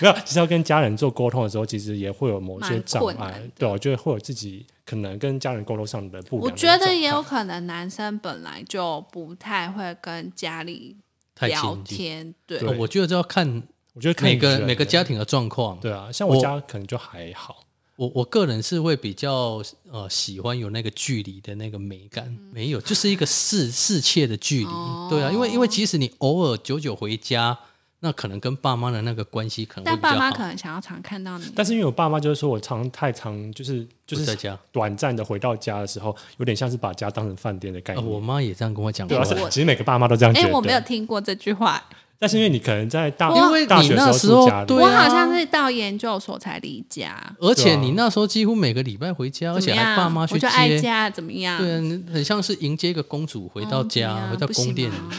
S3: 没有，其实要跟家人做沟通的时候，其实也会有某些
S1: 蛮
S3: 障
S1: 困难
S3: 碍
S1: 的，
S3: 对，我觉得会有自己可能跟家人沟通上的不良
S1: 我
S3: 的
S1: 觉得
S3: 状
S1: 也
S3: 态
S1: 有可能男生本来就不太会跟家里
S2: 太
S1: 聊
S2: 亲近。
S1: 天，对，
S2: 哦我觉得这要看
S3: 我觉得看
S2: 每个
S3: 人
S2: 每个家庭的状况。
S3: 对啊，像
S2: 我
S3: 我家可能就还好，
S2: 我我个人是会比较呃喜欢有那个距离的那个美感，没有就是一
S1: *laughs*
S2: 个世世切的距离。
S1: 嗯哦
S2: 对啊，因为因为即使你偶尔久久回家，那可能跟爸妈的那个关系可能会
S1: 但
S2: 比较
S1: 爸
S2: 好。
S1: 妈可能想要常看到你。
S3: 但是因为我爸妈就是说我常太常就是就
S2: 不在
S3: 是
S2: 家，
S3: 短暂的回到家的时候，有点像是把家当成饭店的概
S2: 呃
S3: 念。
S2: 我妈也这样跟我讲
S3: 对
S2: 过
S3: 啊，。
S1: 我
S3: 其实每个爸妈都这样觉
S1: 哎，
S3: 得。
S1: 我没有听过这句话，
S3: 但是因为你可能在大
S2: 因为
S3: 大
S2: 你
S3: 学
S2: 那
S3: 的
S2: 时
S3: 住
S2: 候
S3: 家里，
S2: 对
S1: 我
S2: 啊
S1: 好像是到研究所才离家。
S2: 而且
S3: 对啊
S2: 你那时候几乎每个礼拜回家，而
S1: 怎
S2: 且
S1: 么
S2: 还爸
S1: 样？
S2: 妈去
S1: 我就
S2: 接，
S1: 爱家，怎么样？
S2: 对啊，你很像是迎接一个公主回到
S1: 哦
S2: 家，
S1: 怎么样
S2: 回到
S1: 不行
S2: 宫殿里
S1: 吗，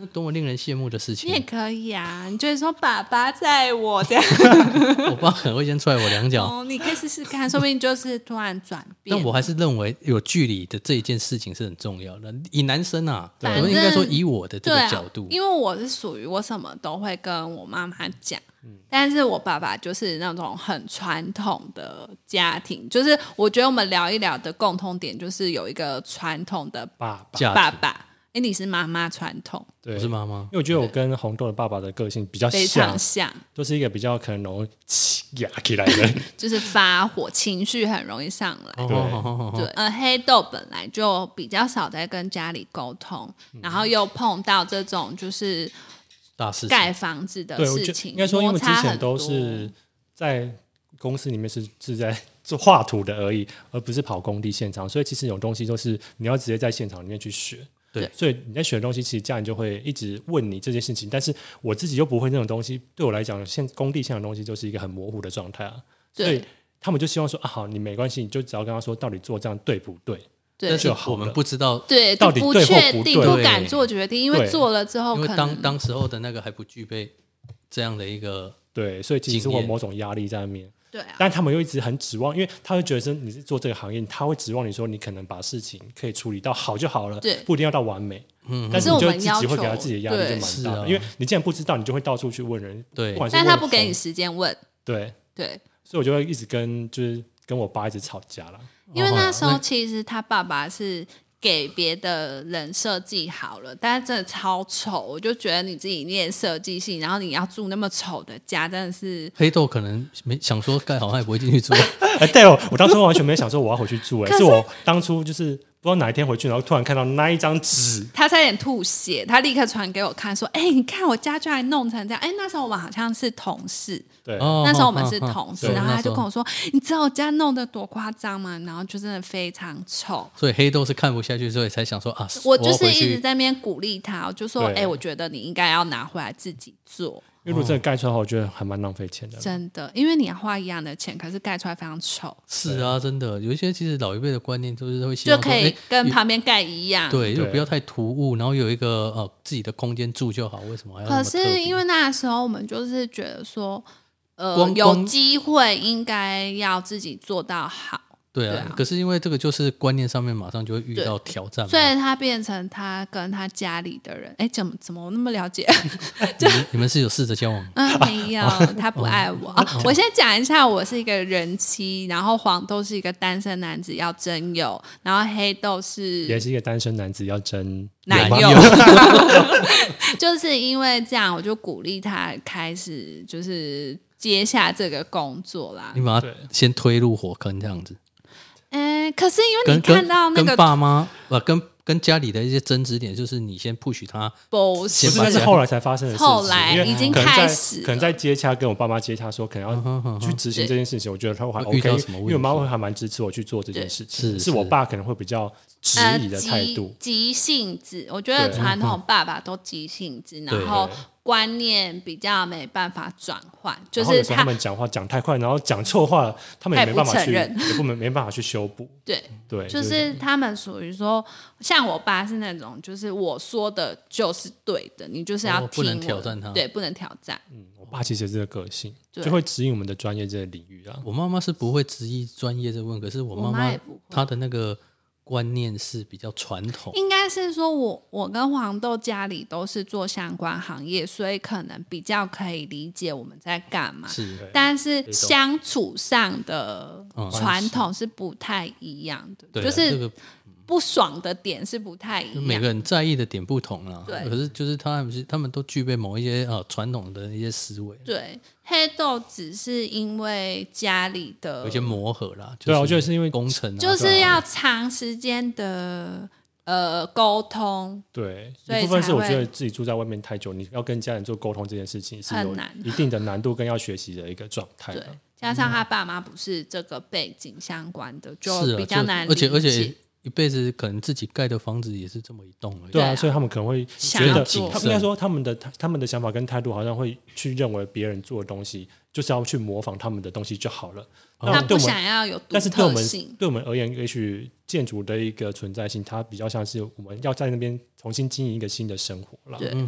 S2: 那多么令人羡慕的事
S1: *laughs* 你也
S2: 情！
S1: 可以啊，你就是说爸爸载我这样，
S2: *laughs* 我爸可能会先踹我两脚，
S1: 哦，你可以试试看，说不定就是突然转变
S2: 但。我还是认为有距离的这一件事情是很重要的。以男生啊，我
S1: 反
S2: 们应该说
S1: 正
S2: 以我的这
S1: 对
S2: 个
S1: 啊，
S2: 角度，
S1: 因为我是属于我什么都会跟我妈妈讲，
S2: 嗯
S1: 但是我爸爸就是那种很传统的家庭，就是我觉得我们聊一聊的共通点就是有一个传统的
S3: 爸爸
S2: 家
S1: 爸
S2: 庭
S1: 爸，哎，你是妈妈传统，
S3: 对，
S2: 不是
S3: 因
S2: 妈妈，
S3: 为我觉得我跟红豆的爸爸的个性
S2: 啊
S3: 比较
S1: 非
S3: 像
S1: 常，像，
S3: 都是一个比较可能容易起压起来的人。
S1: 就是发火，情绪很容易上来。
S2: 哦
S3: 对
S2: 哦哦哦
S1: 对，呃，黑豆本来就
S3: 嗯
S1: 比较少在跟家里沟通，然后又碰到这种就是
S2: 大事情
S1: 盖房子的
S3: 对，我
S1: 事
S3: 觉
S1: 情，
S3: 应该说，因为
S1: 摩
S3: 之
S1: 擦
S3: 前
S1: 很
S3: 都
S1: 多
S3: 是在公司里面是是在 *laughs* 做画图的而已，而不是跑工地现场，所以其实有东西都是你要直接在现场里面去学。
S2: 对
S3: 所以你在学的东西，其实家人就会一直问你这件事情，但是我自己又不会那种东西，对我来讲，现工地现场的东西就是一个很模糊的状态啊。所以
S1: 对
S3: 他们就希望说啊，好，你没关系，你就只要跟他说到底做这样对不对？
S1: 对
S2: 但是
S3: 就好
S2: 我们
S3: 了
S2: 不知道，
S1: 对，
S3: 到
S1: 就
S3: 底
S1: 不
S3: 对或
S1: 确
S3: 不
S1: 定，
S3: 对
S1: 不敢做决定，因为
S3: 对
S1: 做了之后
S2: 因为
S1: 哦可
S2: 当
S1: 能
S2: 当时候的那个还不具备这样的一个
S3: 对，所以其实是
S2: 经
S3: 会有
S2: 验
S3: 某种压力在那面。
S1: 对啊，
S3: 但他们又一直很指望，因为他会觉得说你是做这个行业，他会指望你说你可能把事情可以处理到好就好了，
S1: 对
S3: 不一定要到完美。
S2: 嗯
S1: 可
S3: 但
S1: 是
S3: 你
S1: 我
S3: 就
S1: 们
S3: 自
S1: 要
S3: 己会给
S1: 求
S3: 他自己的压力
S1: 对
S3: 就蛮大
S2: 是
S3: 的，
S2: 啊
S3: 因为你既然不知道，你就会到处去问人，
S2: 对
S3: 不管是
S1: 但
S3: 问
S1: 他不给
S3: 同
S1: 你时间问，
S3: 对，
S1: 对，
S3: 所以我就会一直跟就是跟我爸一直吵架了。
S1: 因为
S2: 哦
S1: 那时
S2: 那
S1: 候其实他爸爸是给别的人设计好了，但是真的超丑，我就觉得你自己念设计系，然后你要住那么丑的家，真的是。
S2: 黑豆可能没想说盖好，他也不会进去住。
S3: 哎、对哦，我当初完全没想说我要回去住、
S1: *laughs* 可
S3: 哎，
S1: 是
S3: 是我当初就是不知道哪一天回去，然后突然看到那一张纸，
S1: 他差点吐血，他立刻传给我看，说：“哎、你看我家居然弄成这样！哎、那时候我们好像是同事，
S3: 对，
S2: 哦
S1: 那时候我们是同事，
S2: 对
S1: 然后他
S2: 那时
S1: 就
S2: 候
S1: 跟我说：‘你知道我家弄得多夸张吗？’然后就真的非常丑。
S2: 所以黑豆是看不下去，所以才想说啊，
S1: 我
S2: 要
S1: 就是
S2: 回
S1: 一直
S2: 去
S1: 在那边鼓励他，我就说：‘
S3: 对
S1: 哎、我觉得你应该要拿回来自己做。’
S3: 因为如果真的盖出来的话，我觉得还蛮浪费钱的。
S1: 真的，因为你要花一样的钱，可是盖出来非常丑，
S2: 是啊，真的有一些其实老一辈的观念就是会希
S1: 就
S2: 望说
S1: 可以啊
S2: 哎
S1: 跟
S2: 有
S1: 旁边盖一样。
S2: 对，啊就
S3: 对
S2: 不要太突兀，然后有一个呃自己的空间住就好，为什么还要那
S1: 可
S2: 么特
S1: 是
S2: 别
S1: 因为那时候我们就是觉得说，呃，
S2: 光
S1: 有
S2: 光
S1: 机会应该要自己做到好，
S2: 对啊，
S1: 对啊
S2: 可是因为这个就是观念上面马上就会遇
S1: 对
S2: 到挑战嘛，
S1: 所以他变成他跟他家里的人，哎，怎么怎么我那么
S2: *laughs*
S1: 了解？
S2: 你你们是有试着交往吗，
S1: 啊，没
S2: *laughs*
S1: 有，他不爱
S2: 哦
S1: 我。啊我先讲一下，我是一个人妻，然后黄豆是一个单身男子要真友，然后黑豆是
S3: 也是一个单身男子要争
S1: 男
S2: 男
S1: 友
S2: 友，
S1: *laughs* 就是因为这样，我就鼓励他开始就是接下这个工作啦
S2: 你。把他
S3: 对
S2: 先推入火坑这样子，
S1: 哎、可是因为
S2: 跟
S1: 你看
S2: 跟
S1: 到那
S2: 跟
S1: 个
S2: 爸妈呃跟跟家里的一些争执点，就是你先 push 他，
S1: 不
S3: 不
S2: 先
S3: 是，
S2: 把
S3: 那
S1: 是
S3: 是后来才发生的事情。
S1: 后来
S3: 因为
S1: 已经
S3: 可能在
S1: 开始了
S3: 可能在接洽跟我爸妈接洽说，可
S2: 嗯
S3: 能要去执行这件事情。我觉得他还
S2: 会遇到
S3: OK，
S2: 什么问
S3: 因
S2: 题
S3: 为我妈会还蛮支持我去做这件事情。
S2: 对是
S3: 是我爸可能会比较质
S1: 呃
S3: 疑的态度
S1: 急。急性子，我觉得
S3: 对
S1: 传统爸爸都急性子，
S2: 对
S1: 然后观念比较没办法转换，就
S3: 然后有
S1: 是
S3: 时候他们讲话讲太快，然后讲错话了，他们也
S1: 他也
S3: 没
S1: 不
S3: 办法去，
S1: 承认
S3: 也不没没办法去修补。
S1: 对，
S3: 对，
S1: 就是他们属于说，像我爸是那种，就是我说的就是对的，你就是要
S2: 哦
S1: 听、
S2: 不能挑战他
S1: 对，不能挑战。
S3: 我爸其实也是这个个性，
S1: 对
S3: 就会指引我们的专业这个领域啊。
S2: 我妈妈是不会质疑专业这问，可是我
S1: 我
S2: 妈
S1: 妈
S2: 妈
S1: 也不会
S2: 她的那个观念是比较传统，
S1: 应该是说我我跟黄豆家里都是做相关行业，所以可能比较可以理解我们在干嘛。
S2: 是
S1: 但是相处上的
S2: 嗯
S1: 传统是不太一样的，
S2: 对啊，
S1: 就
S2: 这
S1: 是
S2: 个
S1: 不爽的点是不太
S2: 就
S1: 一
S2: 每
S1: 样
S2: 个。人在意的点不同啦。
S1: 对
S2: 可是就是他们是他们都具备某一些呃传统的一些思维，
S1: 对，黑豆只是因为家里的
S2: 有一些磨合啦。
S3: 对啊我觉得
S2: 是
S3: 是因为
S2: 工程啊，
S1: 就是要长时间的呃沟通，
S3: 对，
S1: 所以
S3: 一部分
S1: 才
S3: 是我觉
S1: 会
S3: 得自己住在外面太久，你要跟家人做沟通这件事情是
S1: 很
S3: 有
S1: 难
S3: 一定的难度跟要学习的一个状态
S1: 对
S3: 的。，
S1: 加
S2: 嗯
S1: 上他爸妈不是这个背景相关的，
S2: 对啊是
S1: 就
S2: 啊
S1: 比较难
S2: 就
S1: 理
S2: 而且
S1: 解。
S2: 而且一辈子可能自己盖的房子也是这么一栋而已。
S3: 对
S1: 对
S3: 啊，
S1: 啊
S3: 所以他们可能会觉
S1: 想要
S3: 得，
S1: 做
S3: 他们应该说他们的他他们的想法跟态度，好像会去认为别人做的东西就是要去模仿他们的东西就好了。
S1: 他
S2: 哦
S3: 那对
S1: 哦不
S3: 我们，
S1: 想要有独
S3: 但是对我
S1: 特
S3: 们
S1: 性，
S3: 对我们而言，也许建筑的一个存在性，它比较像是我们要在那边重新经营一个新的生活了，
S1: 对
S3: 对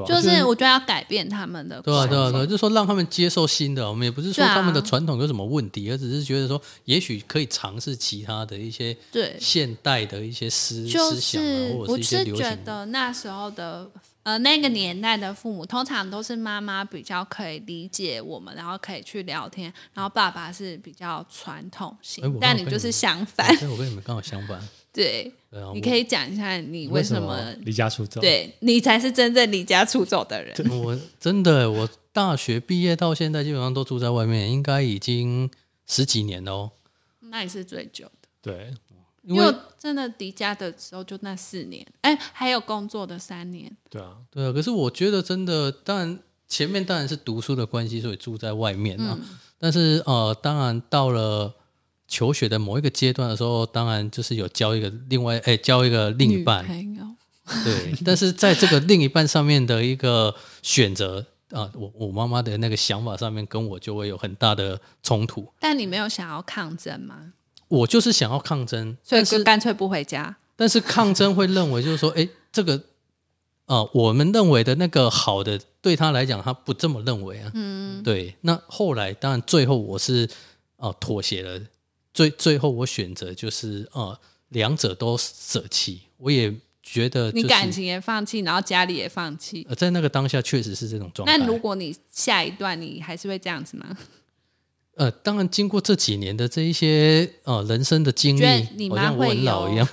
S3: 啊吧？
S1: 就是我觉得要改变他们的
S2: 对啊，
S1: 观
S2: 对啊，
S1: 念。
S2: 对啊，就是说让他们接受新的，我们也不是说
S1: 对啊
S2: 他们的传统有什么问题，而只是觉得说，也许可以尝试其他的一些
S1: 对
S2: 现代的一些思
S1: 就
S2: 思想啊，或者
S1: 我
S2: 是一
S1: 是
S2: 些流
S1: 觉
S2: 行的。
S1: 得那时候的呃那个年代的父母，通常都是妈妈比较可以理解我们，然后可以去聊天，然后爸爸是比较传统
S2: 哎
S1: 型
S2: 我，
S1: 但
S2: 刚好
S1: 你
S2: 跟
S1: 就是
S2: 你
S1: 相反
S2: 哎，对，我跟你们刚好相反。
S1: *laughs* 对。
S2: 对啊，
S1: *laughs* 你
S2: 我
S1: 可以讲一下你为
S3: 为
S1: 什
S3: 么
S1: 么
S3: 离家出走？，
S1: 对你才是真正离家出走的人？
S2: 我真的，我大学毕业到现在基本上都住在外面，应该已经十几年了哦。
S1: 那你是最久的。
S3: 对，
S2: 因
S1: 因为
S2: 为
S1: 我真的离家的时候就那四年，哎，还有工作的三年，
S3: 对啊，
S2: 对啊，可是我觉得真的，当然前面当然是读书的关系，所以住在外面啊。
S1: 嗯
S2: 但是呃，当然到了求学的某一个阶段的时候，当然就是有交一个另外哎、交一个另一
S1: 女
S2: 半，
S1: 朋友，
S2: 对，但是在这个另一半上面的一个选择啊，我我妈妈的那个想法上面跟我就会有很大的冲突。
S1: 但你没有想要抗争吗？
S2: 我就是想要抗争，
S1: 所以
S2: 但
S1: 就是干脆不回家。
S2: 但是抗争会认为就是说， *laughs* 哎，这个啊、呃我们认为的那个好的，对他来讲他不这么认为啊。嗯，对。那后来当然最后我是啊、呃妥协了，最最后我选择就是啊、呃两者都舍弃，我也觉得、就是、
S1: 你感情也放弃，然后家里也放弃。
S2: 呃在那个当下确实是这种状态。
S1: 那如果你下一段你还是会这样子吗？ *laughs*
S2: 呃，当然，经过这几年的这一些呃人生的经
S1: 觉得
S2: 历，
S1: 你
S2: 好
S1: 妈
S2: 像我
S1: 会
S2: 很老
S1: 有
S2: 一样。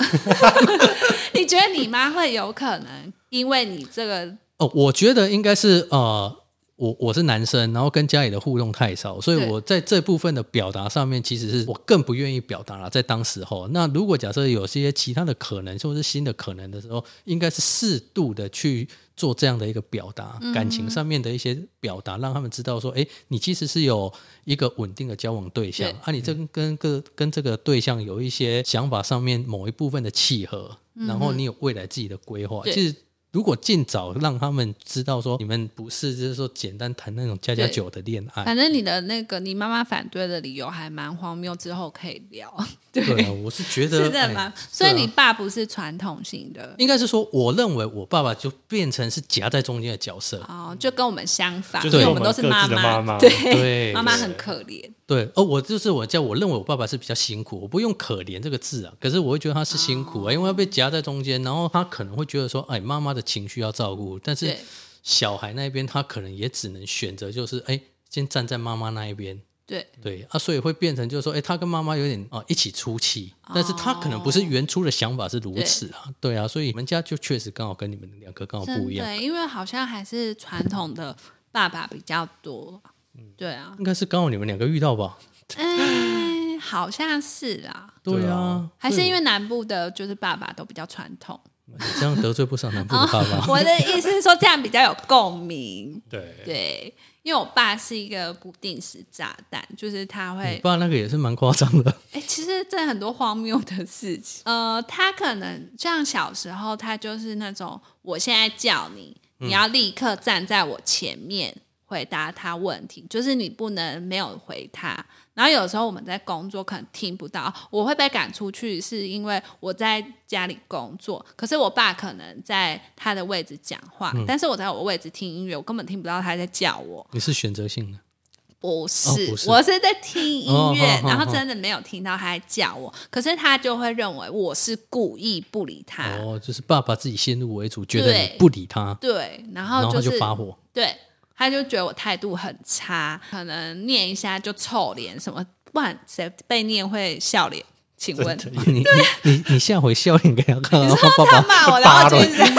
S1: 你觉得你妈会有可能因为你这个
S2: 哦，我觉得应该是呃，我我是男生，然后跟家里的互动太少，所以
S1: 对
S2: 我在这部分的表达上面，其实是我更不愿意表达了。在当时候，那如果假设有些其他的可能，或是新的可能的时候，应该是适度的去做这样的一个表达，感情上面的一些表达，让他们知道说，哎，你其实是有一个稳定的交往对象
S1: 对
S2: 啊，你这跟跟跟跟这个对象有一些想法上面某一部分的契合，然后你有未来自己的规划，
S1: 嗯对
S2: 其实。如果尽早让他们知道说你们不是就是说简单谈那种家家酒的恋爱，
S1: 反正你的那个你妈妈反对的理由还蛮荒谬，之后可以聊，
S2: 对啊，我是觉
S1: *laughs*
S2: 得
S1: 是的吗
S2: 哎？
S1: 所以
S2: 对啊
S1: 你爸不是传统型的
S2: 应该是说，我认为我爸爸就变成是夹在中间的角色。
S1: 哦，就跟我们相反，
S3: 就
S1: 因
S3: 是
S1: 为
S3: 我
S1: 我
S3: 们
S1: 们都
S3: 各自
S1: 是
S3: 的
S1: 妈
S3: 妈妈
S2: 对
S1: 对，妈妈很可怜，
S2: 对，哦，我就是我叫我认为我爸爸是比较辛苦，我不用可怜这个字啊，可是我会觉得他是辛苦啊，
S1: 哦
S2: 因为他被夹在中间，然后他可能会觉得说，哎，妈妈的情绪要照顾，但是
S1: 对
S2: 小孩那边他可能也只能选择就是，哎，先站在妈妈那一边，
S1: 对，
S2: 对啊，所以会变成就是说，哎、他跟妈妈有点啊、一起出气，
S1: 哦
S2: 但是他可能不是原初的想法是如此啊，对啊，所以我们家就确实刚好跟你们两个刚好哦不一
S1: 真
S2: 样，
S1: 的，因为好像还是传统的爸爸比较多，
S2: 嗯
S1: 对啊，
S2: 应该是刚好你们两个遇到吧？
S1: 哎，好像是啦，
S2: 对
S3: 对
S2: 啊
S3: 啊，
S1: 还是因
S2: 为
S1: 为南部的就是爸爸都比较传
S2: *laughs*
S1: 统。
S2: 你这样得罪不少南部
S1: 哦
S2: 的爸爸，
S1: 我的意思是说，这样比较有共
S2: *laughs*
S1: 鸣。
S3: 对，
S1: 对，因为我爸是一个不定时炸弹，就是他
S2: 你
S1: 会，
S2: 爸那个也是蛮夸张的，
S1: 哎、其实这很多荒谬的事情。呃，他可能像小时候，他就是那种，我现在叫你，你要立刻站在我前面回答他问题，就是你不能没有回他。然后有时候我们在工作可能听不到，我会被赶出去，是因为我在家里工作，可是我爸可能在他的位置讲话，但是我在我位置听音乐，我根本听不到他在叫我。
S2: 你是选择性的，
S1: 不是，
S2: 哦不是
S1: 我是在听音乐，
S2: 哦好好
S1: 然后
S2: 好
S1: 真的没有听到他在叫我，可是他就会认为我是故意不理他。
S2: 哦，就是爸爸自己先入为主，觉得你
S1: 啊对
S2: 不理他，
S1: 对，然
S2: 然
S1: 后
S2: 后
S1: 就
S2: 他
S1: 是
S2: 就
S1: *laughs*
S2: 发火，
S1: 对，他就觉得我态度很差，可能念一下就臭脸什么，不然谁被念会笑脸？请问
S3: 真的
S2: 你你你你下回笑脸给他看，然后
S1: *laughs* 他
S2: 爸 *laughs* 爸
S1: 骂我，然后
S2: 扒了
S1: 就，是这样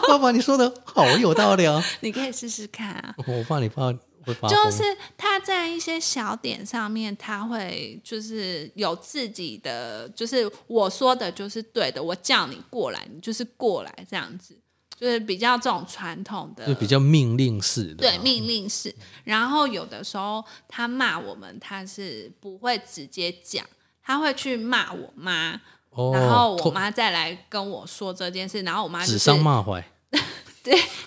S1: 笑，
S2: 爸爸你说的好有道理啊。
S1: *laughs* 你可以试试看啊。
S2: *laughs* 我怕你怕会发
S1: 就
S2: 疯
S1: 是他在一些小点上面，他会就是有自己的，就是我说的就是对的，我叫你过来，你就是过来这样子，就是比较这种传统的，
S2: 就比较命令式的啊、
S1: 对命令式。然后有的时候他骂我们，他是不会直接讲，他会去骂我妈，
S2: 哦，
S1: 然后我
S2: 透
S1: 妈再来跟我说这件事，然后我妈就
S2: 指
S1: 是
S2: 桑骂槐，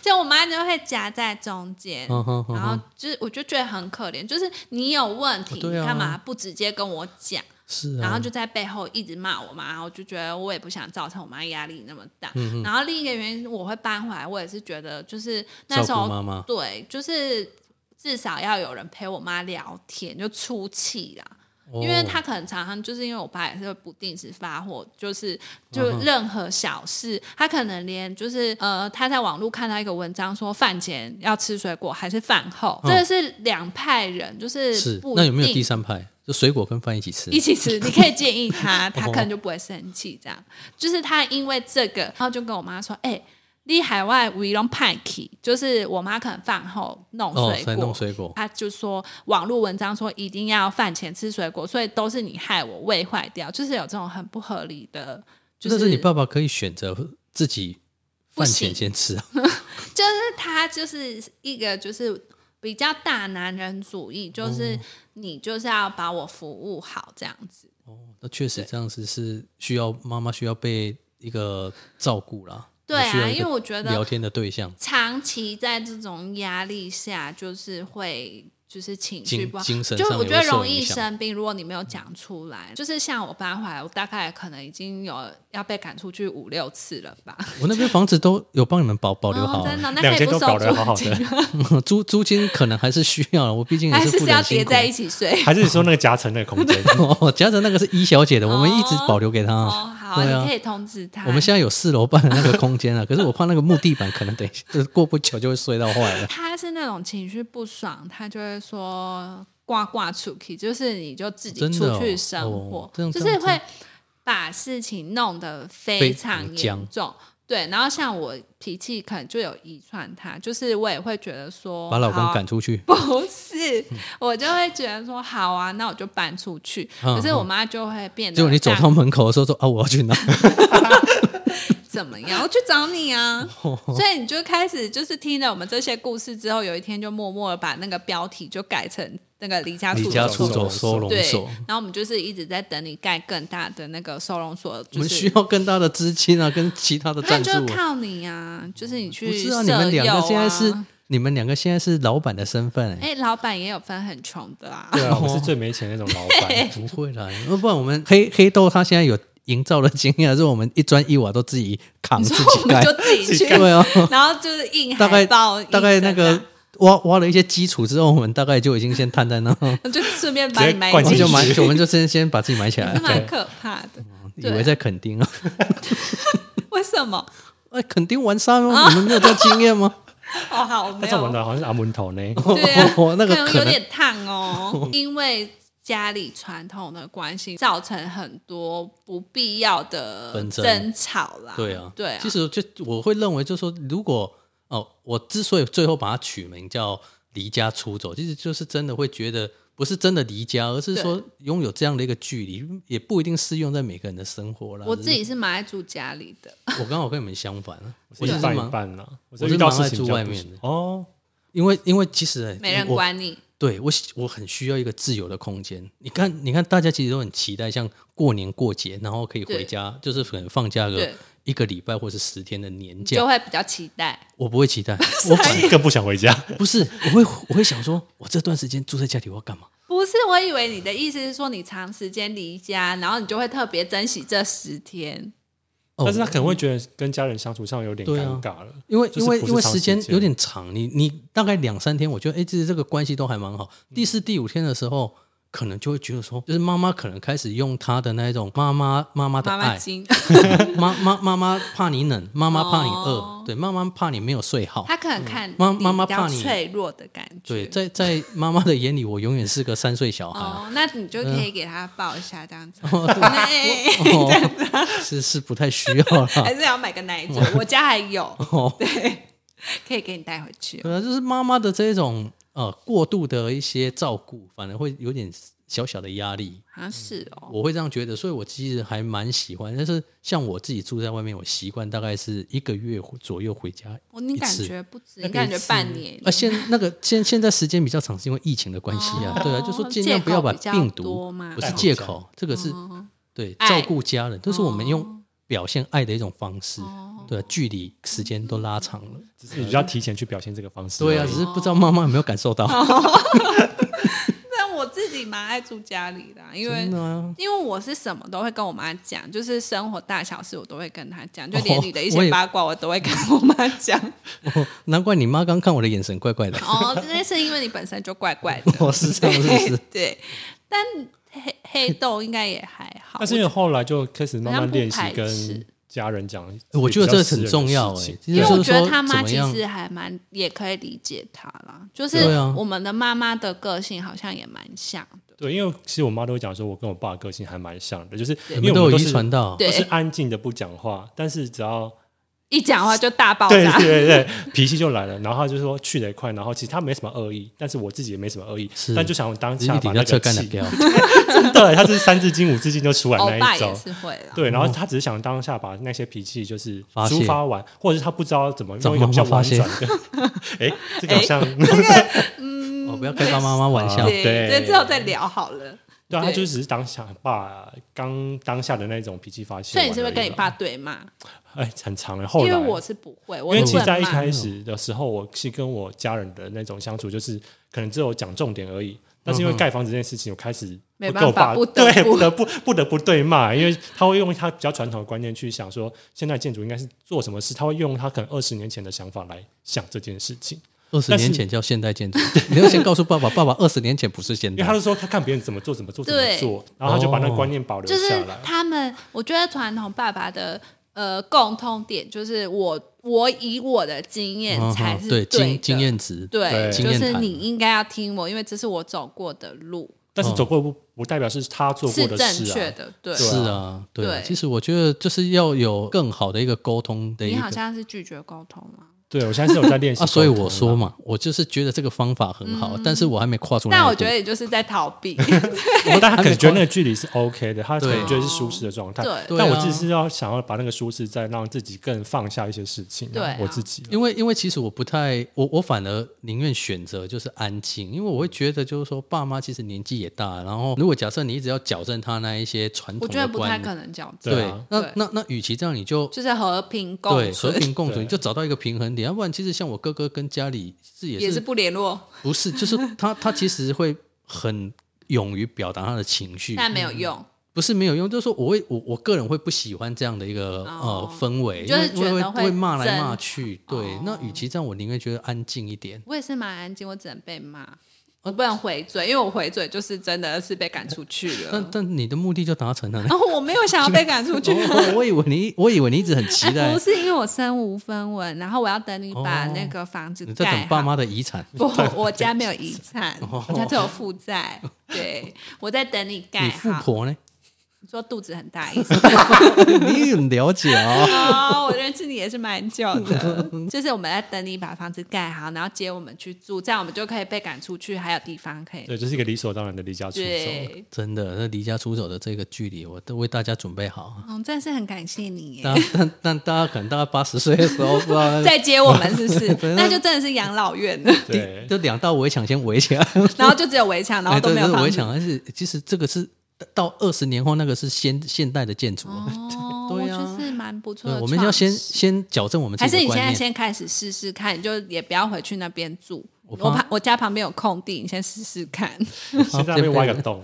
S1: 就我妈就会夹在中间，
S2: 嗯哼嗯
S1: 然后
S2: 哼，
S1: 就是我就觉得很可怜，就是你有问题，
S2: 哦对啊
S1: 你干嘛不直接跟我讲？
S2: 是啊，
S1: 然后就在背后一直骂我妈，然后我就觉得我也不想造成我妈压力那么大。
S2: 嗯
S1: 然后另一个原因，我会搬回来，我也是觉得就是那时
S2: 照顾
S1: 候
S2: 妈妈
S1: 对，就是至少要有人陪我妈聊天，就出气啦。
S2: 哦
S1: 因为他可能常常就是因为我爸也是会不定时发火，就是
S2: 嗯
S1: 就任何小事，他可能连就是呃，他在网络看到一个文章说饭前要吃水果还是饭后，
S2: 嗯
S1: 这个是两派人，就是
S2: 哦是
S1: 不
S2: 那有没有
S1: 定
S2: 第三派？就水果跟饭一起吃
S1: 一，起吃，你可以建
S2: *laughs*
S1: 议他，他可能就不会生气。这样，就是他因为这个，然后就跟我妈说：“哎、你海外维龙派去，就是我妈可能饭后弄
S2: 哦，
S1: 水
S2: 才
S1: 果，
S2: 弄水果，
S1: 她就说网络文章说一定要饭前吃水果，所以都是你害我胃坏掉，就是有这种很不合理的，就
S2: 但是你爸爸可以选择自己饭前先吃啊。
S1: 就是他就是一个就是比较大男人主义，就是你就是要把我服务好这样子。
S2: 哦， *laughs* 那确实这样子是需要妈妈需要被一个照顾啦。
S1: 对
S2: 需要
S1: 啊，
S2: 一个
S1: 因为我觉
S2: 聊
S1: 得
S2: 天的对象
S1: 长期在这种压力下，就是会就是情绪
S2: 精
S1: 不好。
S2: 精神
S1: 就
S2: 上
S1: 我
S2: 也
S1: 觉得
S2: 会受
S1: 容易
S2: 影响
S1: 生病，如果你没有讲出来，就是像我搬回来，我大概可能已经有要被赶出去五六次了
S2: *laughs*
S1: 吧。
S2: 我那边房子都有帮你们保保留
S1: 哦，
S2: 好
S1: 真
S2: 啊，
S1: 的，那
S3: 两
S1: 可以
S3: 间
S1: 不
S3: 都
S1: 收
S3: 搞得
S1: 租
S3: 好好
S1: 金
S3: 的
S1: 吗
S2: *laughs* 租租金可能还是需要了，我毕竟也
S1: 还
S2: 是
S1: 是是
S2: 付得
S1: 要
S2: 很
S1: 叠
S2: 辛苦。
S1: 在一起睡？
S3: 还是说那个夹层那个空间？
S2: *laughs* 哦，夹着那个是一小姐的，我们一直保留给她
S1: 哦，
S2: 啊。
S1: 好啊，
S2: 对
S1: 你
S2: 啊
S1: 可以通知他。
S2: 我们现在有四楼半的那个空间啊，可是我怕那个木地板可能等一下就是过不久就会摔到坏
S1: *laughs*
S2: 了。
S1: 他是那种情绪不爽，他就会说“挂挂出去”，就是你就自己
S2: 真的
S1: 出
S2: 哦
S1: 去生活，
S2: 哦这样
S1: 就是会把事情弄得非
S2: 非
S1: 常
S2: 常
S1: 严
S2: 僵
S1: 重。对，然后像我脾气可能就有遗传他，就是我也会觉得说
S2: 把老公
S1: 好 *laughs*
S2: 赶出去，
S1: 不是，我就会觉得说好啊，那我就搬出去。
S2: 嗯
S1: 可是我妈就会变得
S2: 结果你走
S1: 这
S2: 到
S1: 样
S2: 门口的时候说啊，我要去哪？
S1: 怎么样？我 *laughs* 去找你啊！
S2: 哦
S1: 所以你就开始就是听了我们这些故事之后，有一天就默默的把那个标题就改成那个离家
S2: 离
S1: 出
S2: 家
S1: 走
S2: 出
S1: 所。
S2: 走收容
S1: 对
S2: 所，，
S1: 然后我们就是一直在等你盖更大的那个收容所，
S2: 我
S1: 就
S2: 们
S1: 是
S2: 需要更大的资金啊，跟其他的
S1: 那
S2: 赞
S1: 就
S2: 助
S1: 是
S2: 啊。
S1: 靠你啊，就是你去
S2: 不是啊，
S1: 舍
S2: 你们两
S1: 友
S2: 个现在
S1: 啊
S2: 是你们两个现在是老板的身份哎、
S1: 哎，老板也有分很穷的啊， *laughs*
S3: 对啊，我是最没钱那种老板。
S2: 不会啦，要不然我们黑黑豆他现在有营造的经验，是我们一砖一瓦都自己扛
S1: 你
S2: 自
S1: 说
S2: 己
S1: 我们
S2: 盖
S1: 就，自己去，
S2: 对啊，
S1: *laughs* 然后就是印
S2: 大概
S1: 海报，
S2: 大概那
S1: 印
S2: 个挖挖了一些基础之后，我们大概就已经先摊在
S1: *laughs*
S2: 那，我
S1: 章就顺便把你
S3: 直接
S1: 埋
S3: 灌
S1: 进
S2: 们就
S1: 去
S2: 买，我们就先先把自己埋起来
S1: 是，蛮
S3: 对
S1: 可怕的。*laughs*
S2: 以
S1: 对
S2: 为在垦丁啊，
S1: 为什么？
S2: 哎，垦丁玩沙吗？你们没有这经验吗？，
S1: 哦，好，我没
S3: 但是我们
S1: 有。
S3: 的好像是阿门头呢，
S1: 对啊
S2: *laughs* 那个
S1: 可能有
S2: 可能
S1: 点烫哦，因为家里传统的关系，造成很多不必要的
S2: 纷争
S1: 争吵啦。
S2: 对啊，
S1: 对啊，
S2: 其实就我会认为，就是说，如果哦，我之所以最后把它取名叫“离家出走”，其实就是真的会觉得不是真的离家，而是说拥有这样的一个距离，也不一定适用在每个人的生活啦。
S1: 我
S2: 只
S1: 自
S2: 是
S1: 己是蛮爱住家里的，
S2: 我刚好跟你们相反 *laughs* 啊，
S3: 我
S2: 我
S3: 是
S2: 就
S3: 一
S2: 是
S3: 半
S2: 忙
S3: 一半啦。我
S2: 我
S3: 遇
S2: 是
S3: 到
S2: 忙
S3: 事
S2: 爱
S3: 情
S2: 住
S3: 比较
S2: 外
S3: 不
S2: 面
S3: 行
S2: 的
S3: 哦，
S2: 因为因为其实哎
S1: 没人
S2: *laughs* 我
S1: 管你。
S2: 对我喜我很需要一个自由的空间。你看，你看，大家其实都很期待，像过年过节，然后可以
S1: 对
S2: 回家，就是可能放假个
S1: 对
S2: 一个礼拜或是十天的年
S1: 你就
S2: 假，
S1: 会比较期待，
S2: 我不会
S1: *laughs*
S2: 期待，我反
S3: 更不想回家。
S2: *laughs* 不是，我会我会想说，我这段时间住在家里我要干嘛？
S1: 不是？我以为你的意思是说你长时间离家，然后你就会特别珍惜这十天。
S2: 哦
S3: 但是他可能会觉得跟家人相处上有点
S2: 对
S3: 尴
S2: 啊
S3: 尬了。
S2: 因为
S3: 就是
S2: 因为
S3: 不是
S2: 因为
S3: 长
S2: 时
S3: 时
S2: 间
S3: 间
S2: 有点长，你你大概两三天，我觉得哎，其实这个关系都还蛮好。第四第五天的时候，可能就会觉得说，就是妈妈可能开始用她的那一种妈妈妈妈的
S1: 妈妈
S2: 爱，
S1: 经， *laughs*
S2: 妈妈妈妈怕你冷，妈妈怕你饿，
S1: 哦
S2: 对，妈妈怕你没有睡好。
S1: 她可能看
S2: 嗯妈
S1: 你
S2: 妈妈
S1: 比较
S2: 怕你
S1: 脆弱的感觉。
S2: 对，在在妈妈的眼里，我永远是个三岁小孩啊、
S1: 哦，那你就可以给他抱一下这样
S2: *laughs*
S1: 子。哎
S2: 哦， *laughs* 是是不太需要了。
S1: *laughs* 还是要买个
S2: *laughs*
S1: 奶嘴，我家还有，
S2: 哦
S1: 对，可以给你带回去。
S2: 对啊，就是妈妈的这种呃过度的一些照顾，反而会有点小小的压力，
S1: 好像是哦，
S2: 我会这样觉得，所以我其实还蛮喜欢。但是像我自己住在外面，我习惯大概是一个月左右回家。
S1: 我哦你
S2: 一
S1: 感
S2: 次
S1: 觉不止，你感觉半年
S2: 啊，现那个现现在时间比较长，是因为疫情的关系啊，对啊，就说尽量不要把
S1: 哦借口比较
S2: 病毒，
S1: 哦多嘛
S2: 不。是
S3: 戴口
S2: 借
S3: 罩
S2: 口，这个是对
S1: 爱哦
S2: 照顾家人，都是我们用表现爱的一种方式，对啊，距离时间都拉长
S1: 嗯
S2: 了，
S3: 只是你比较提前去表现这个方式而已。
S2: 对啊，只是不知
S1: 哦
S2: 道妈妈有没有感受到， *laughs*
S1: 但我自己蛮爱住家里的啊，因为
S2: 真的啊
S1: 因为我是什么都会跟我妈讲，就是生活大小事我都会跟她讲，就
S2: 哦
S1: 连你的一
S2: 我
S1: 些
S2: 也
S1: 八卦我都会跟我妈讲。
S2: 哦难怪你妈刚看我的眼神怪怪
S3: *laughs*
S2: 的。
S1: *laughs* 哦，那是因为你本身就怪怪的，
S2: *laughs* 哦，是这样，是不是？
S1: 对。但黑黑豆应该也还好，
S3: 但是因为后来就开始慢
S1: 好像
S3: 慢
S1: 不
S3: 练习
S1: 排斥
S3: 跟家人讲，
S2: 我觉得这个很重要
S3: 哎、
S2: 哎、
S1: 因为
S2: 就
S1: 我
S2: 是
S1: 觉得
S2: 说
S1: 他妈
S2: 怎么
S1: 其
S2: 样
S1: 实还蛮也可以理解他啦，就是
S2: 对啊
S1: 我们的妈妈的个性好像也蛮像的，
S3: 对，因为其实我妈都会讲说，我跟我爸的个性还蛮像的，就是
S2: 你
S3: 因为
S2: 们都
S3: 我们
S2: 有
S3: 都
S2: 遗
S3: 是
S2: 传到，
S3: 都是
S1: 对
S3: 安静的不讲话，但是只要
S1: 一讲话就大爆
S3: 对
S1: 炸，
S3: 对对，脾气就来了。然后他就说去得也快，然后其实他没什么恶意，但是我自己也没什么恶意
S2: 是，
S3: 但就想当
S2: 一
S3: 下把
S2: 定
S3: 那
S2: 要
S3: 个
S2: 车干的
S3: 气，
S2: 掉，
S3: 真的，他是三字经、五字经就出来
S1: *laughs* 欧
S3: 那
S1: 巴
S3: 一招
S1: 也。
S2: *laughs* 哦
S1: 是会啦。
S3: 对，然后他只是想当下把那些脾气就是
S2: 发泄
S3: 抒发完，或者是他不知道怎么
S2: 找
S3: 用一个比较
S2: 妈妈
S3: 婉
S2: 发泄
S3: 转的。 *laughs* 哎，这个好像
S2: 我哦不要开爸妈妈玩笑
S3: 啊。
S1: 对，
S3: 对
S1: 这之后再聊好了。
S3: 对啊，他
S1: 对
S3: 就只是当下把刚当下的那种脾气发泄
S1: 所以
S3: 完而已啦。
S1: 你是不是跟你爸对骂？
S3: 哎很长哎，后
S1: 因
S3: 来
S1: 为我是不会，我
S3: 因为
S1: 是
S3: 其
S1: 不
S3: 实，
S2: 嗯
S3: 在
S1: 能
S3: 一
S1: 骂。
S3: 开始的时候，我是跟我家人的那种相处，就是可能只有讲重点而已。但是因为盖房子这件事情，我开始
S1: 没
S3: 我
S1: 办
S3: 跟
S1: 法
S3: 我
S1: 不
S3: 爸
S1: 得
S3: 对
S1: 不
S3: 不得不不得不对骂，因为他会用他比较传统的观念去想说，现在建筑应该是做什么事，他会用他可能二十年前的想法来想这件事情，
S2: 二十年前叫现代建筑，你要先告诉爸
S3: *laughs*
S2: 爸，爸爸二十年前不是现
S3: 因为他
S2: 代。
S3: 就说他看别人怎么做怎么做怎
S1: 对
S3: 么做，然后他就把那个
S2: 哦
S3: 观念保留
S1: 就
S3: 下
S1: 是
S3: 来。
S1: 他们，我觉得传统爸爸的呃共通点就是我，我以我的经验
S2: 嗯
S1: 才
S2: 哼
S1: 是
S2: 对
S1: 的
S2: 经经验值，
S1: 对，
S3: 对
S1: 就
S2: 经验
S1: 是
S2: 谈
S1: 你应该要听我，因为这是我走过的路，
S3: 但是走过不不代表是他做
S1: 是
S3: 过的
S1: 正
S3: 事
S2: 嗯
S1: 确
S3: 啊，
S1: 的。对，
S2: 是啊，对啊
S1: 对
S2: 其实我觉得就是要有更好的一个沟通的一
S1: 你好
S2: 个
S1: 像是拒绝沟通啊嘛，
S3: 对我现在是有在练习
S2: 啊，所以
S3: 沟通
S2: 我
S3: 啦
S2: 说嘛，我就是觉得这个方法很好，但是我还没跨出
S1: 嗯
S2: 那一
S1: 但
S2: 步。
S1: 我觉得也就是在逃避。
S3: 我但他可
S2: 还没
S3: 能觉得
S2: 关
S3: 那个距离是 OK 的，他可能
S2: 对
S3: 觉得是舒适的状态。
S1: 对
S2: 对
S3: 但
S2: 啊
S3: 我自己是要想要把那个舒适再让自己更放下一些事情啊。
S1: 对啊
S3: 我自己
S2: 因为因为其实我不太，我我反而宁愿选择就是安静，因为我会觉得就是说，爸妈其实年纪也大，然后如果假设你一直要矫正他那一些传
S1: 我
S2: 统
S1: 觉得
S2: 的
S1: 不太
S2: 观
S1: 可
S2: 念，
S1: 能矫正，
S2: 对
S3: 对啊，
S2: 那
S1: 对
S2: 那那，与其这样，你就
S1: 就是和平共
S2: 对和
S1: 存，
S2: 平共存，
S3: 对
S2: 你就找到一个平衡点，要不然其实像我哥哥跟家里是也是
S1: 也是不联络，
S2: 不是，就是 *laughs* 他他其实会很勇于表达他的情绪，
S1: 但没有用，
S2: 不是没有用，就是说我会我我个人会不喜欢这样的一个、
S1: 哦
S2: 呃氛围，
S1: 就是
S2: 因为
S1: 觉
S2: 会
S1: 得会
S2: 会骂来
S1: 争
S2: 骂去。对，
S1: 哦
S2: 那与其这样，我宁愿觉得安静一点。
S1: 我也是蛮安静，我只能被
S2: 嗯
S1: 骂，我不能回嘴，因为我回嘴就是真的是被赶出去
S2: *laughs* 但
S1: 了。
S2: 但你的目的就达成了呢。
S1: *laughs* 然后我没有想要被赶出去，
S2: 嗯哦我我以为你我以为你一直很期待
S1: 哦 *laughs* 不是因为我身无分文，然后我要等你把
S2: 哦
S1: 那个房子
S2: 你在
S1: 盖
S2: 等
S1: 好。
S2: 爸妈哦的遗产，
S1: 不，我家没有遗
S2: *laughs*
S1: 产，我家只有负债。对，我在等你盖
S2: 你富
S1: 好。
S2: 婆呢？
S1: 你说肚子很大意思
S2: *laughs* 你很了解
S1: *laughs*
S2: 啊、
S1: 哦，我认识你也是蛮久 *laughs* 的，就是我们在等你把房子盖好，然后接我们去住，这样我们就可以被赶出去，还有地方可以
S3: 对，这是一个理所当然的离家出走。啊
S1: 对，
S2: 真的，那离家出走的这个距离，我都为大家准备好啊。
S1: 嗯，真的是很感谢你耶。
S2: 但但但大家可能大概八十岁的
S1: *laughs*
S2: 时候，不知道那个
S1: 再接我们是不
S2: *laughs*
S1: 是？那就真的是养老院了，
S3: 对，
S2: 就两道围墙先围起来，
S1: 然后就只有围墙， *laughs* 然后
S2: 哎，
S1: 都
S2: 对
S1: 没有
S2: 对，
S1: 房
S2: 我
S1: 子。
S2: 想，而且其实这个是到二十年后，那个是现现代的建筑啊。
S1: 哦，
S2: 对啊
S1: 我觉得是蛮不错
S2: 对
S1: 的。
S2: 我们要先，先矫正我们自
S1: 还是
S2: 己
S1: 你
S2: 的
S1: 现
S2: 观
S1: 在
S2: 念。
S1: 先开始试试看，你就也不要回去那边住。
S2: 我
S1: 我
S2: 怕
S1: 旁我家旁边有空地，你先试试看，
S3: 现在会挖一个洞，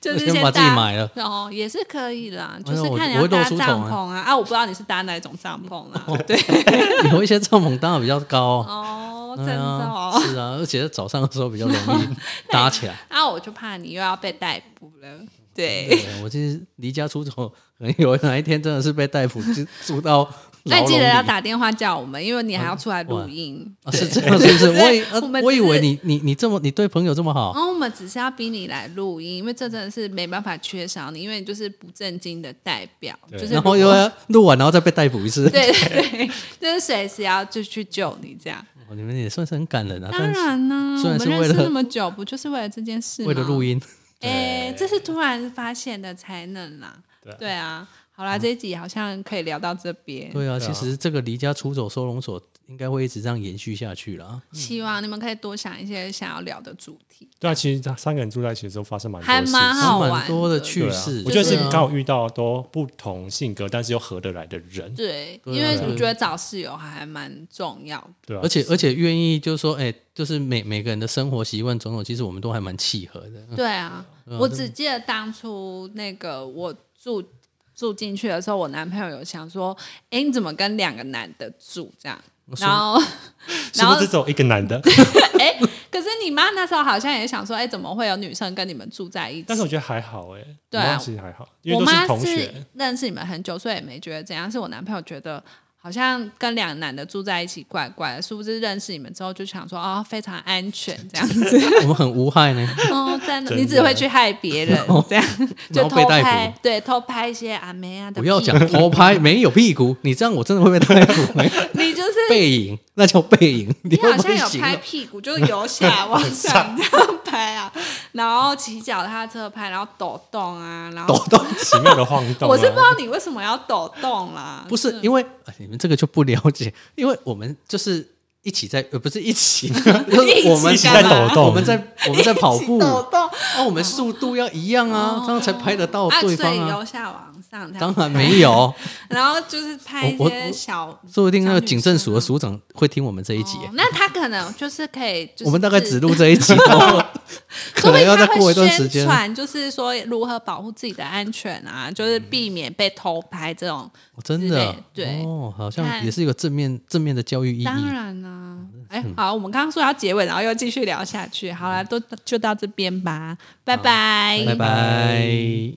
S1: 就是
S2: 先把自己
S1: 搭
S2: 买了。
S1: 哦，也是可以啦，
S2: 哎
S1: 就
S2: 呀
S1: 是
S2: 我
S1: 看你
S2: 我
S1: 要
S2: 会露
S1: 搭
S2: 出
S1: 帐
S2: 头哎哦
S1: 篷啊啊！我不知道你是搭哪一种帐篷啦，对，
S2: *laughs* 有一些帐篷搭的比较高啊，
S1: 哦，真
S2: 对
S1: 的
S2: 啊
S1: 哦，
S2: 是啊，而且早上的时候比较容
S1: *laughs*
S2: 易搭起来。
S1: 啊，我就怕你又要被逮捕了，对。
S2: 对我其实离家出走，可能有哪一天真的是被逮捕，就住到
S1: 那
S2: 牢
S1: 你
S2: 笼
S1: 记得要
S2: 里。
S1: 打电话叫我们，因为你还要出来录音。
S2: 啊是这样，是不
S1: *laughs*
S2: 是？
S1: 对
S2: 我以呃
S1: 我们
S2: 我以
S1: 只是哦
S2: 为你你你这么你对朋友这么好
S1: 然，后我们只是要逼你来录音，因为这真的是没办法缺少你，因为你就是不正经的代表，
S3: 对
S1: 就是
S2: 然后又要录完，然后再被逮捕一次。
S1: 对 *laughs* 对对，就是随时要就去救你这样。
S2: 哦，你们也算是很感人啊。
S1: 当
S2: 但是
S1: 然呢、
S2: 虽
S1: 我
S2: 然
S1: 们
S2: 是为了
S1: 认识那么久，不就是啊为了这件事吗？
S2: 为了录音，
S1: 哎、这是突然发现的才能啦。
S3: 对
S1: 对啊，好啦，这一集好像可以聊到这边。
S2: 对啊，
S3: 对
S2: 其
S3: 啊
S2: 实这个离家出走收容所应该会一直这样延续下去啦。
S1: 希望你们可以多想一些想要聊的主题，
S3: 对啊，其实他三个人住在一起的时候发生蛮多
S1: 还
S3: 事情，
S1: 蛮好玩
S2: 蛮多的
S1: 的
S2: 趣
S3: 对啊
S2: 事，
S3: 我觉得
S1: 就
S3: 是
S1: 是
S3: 刚好遇到都不同性格，但是又合得来的人，
S1: 对，
S2: 对啊
S1: 因为
S2: 对啊
S1: 我觉得找室友还蛮重要的。
S3: 对啊，
S2: 而且而且愿意就是说，哎，就是每每个人的生活习惯种种，其实我们都还蛮契合的。 *laughs*
S1: 对啊，我只记得当初那个我住住进去的时候，我男朋友有想说：“哎，你怎么跟两个男的住这样？”然后，
S3: 是
S1: 然
S3: 不
S1: 后
S3: 是，只有一个男
S1: *laughs*
S3: 的？
S1: 哎，可是你妈那时候好像也想说：“哎，怎么会有女生跟你们住在一起
S3: 但是我觉得还好哎，
S1: 对
S3: 我
S1: 啊
S3: 妈其实还好，因为
S1: 我
S3: 都
S1: 妈 *laughs*
S3: 同
S1: 是
S3: 学，
S1: 认识你们很久，所以也没觉得怎样。是我男朋友觉得好像跟两个男的住在一起怪怪的，殊不知认识你们之后就想说哦非常安全这样子，
S2: 我们很无
S1: *laughs*
S2: 害呢。
S1: 哦真的，
S3: 真的
S1: 你只会去害别人这样，就
S2: 然
S1: 偷
S2: 后被逮捕
S1: 拍对偷拍一些阿梅啊的，
S2: 不要讲，偷拍，没有屁股， *laughs* 你这样我真的会被逮捕。没
S1: *laughs* 你就是
S2: 背影，那叫背影，你
S1: 你
S2: 会
S1: 好
S2: 不
S1: 像
S2: 会
S1: 有
S2: 行
S1: 拍
S2: 了？
S1: 屁股，就是由
S2: *laughs*
S1: 下往上这样拍啊，然后骑脚踏车拍，然后抖动啊，然后
S2: 抖动
S3: 奇妙的晃动、啊。
S1: 我是不知道你为什么要抖动啦，
S2: 不是因为哎你们这个就不了解，因为我们就是一起在，呃，不是
S1: *laughs*
S2: 一起，
S1: 一
S2: 就是
S1: 起
S2: 我们
S3: 一起在
S1: 干
S3: 抖动
S2: 我们在我们在跑
S1: *laughs* 一
S2: 步，
S1: 起抖
S2: 哦，
S1: 动
S2: 我们速度要一样啊，这样才拍得到
S1: 啊，所
S2: 对
S1: 以
S2: 方啊。
S1: 由下往上这样，
S2: 当然没有，
S1: *laughs* 然后就是拍一
S2: 我我
S1: 些小。
S2: 说不定那
S1: 小
S2: 个
S1: 女
S2: 警政
S1: 生
S2: 署的署长会听我们这一集啊
S1: 哦。那他可能就是可以，就是
S2: 我们大概只
S1: 自
S2: 录这一
S1: *laughs*
S2: 集，然后可
S1: 说不
S2: 能
S1: 定
S2: 要
S1: 他
S2: 再
S1: 会
S2: 过一段时
S1: 宣
S2: 间。
S1: 传就是说如何保护自己的安全啊，
S2: 嗯
S1: 就是避免被偷拍这种。
S2: 哦真
S1: 之类
S2: 的
S1: 的，对
S2: 哦，好像
S1: 看
S2: 也是一个正面正面的教育意义。嗯
S1: 当然啦、哎、好，我们刚刚说要结尾，然后又继续聊下去。好了，都就到这边吧，拜拜
S2: 拜拜。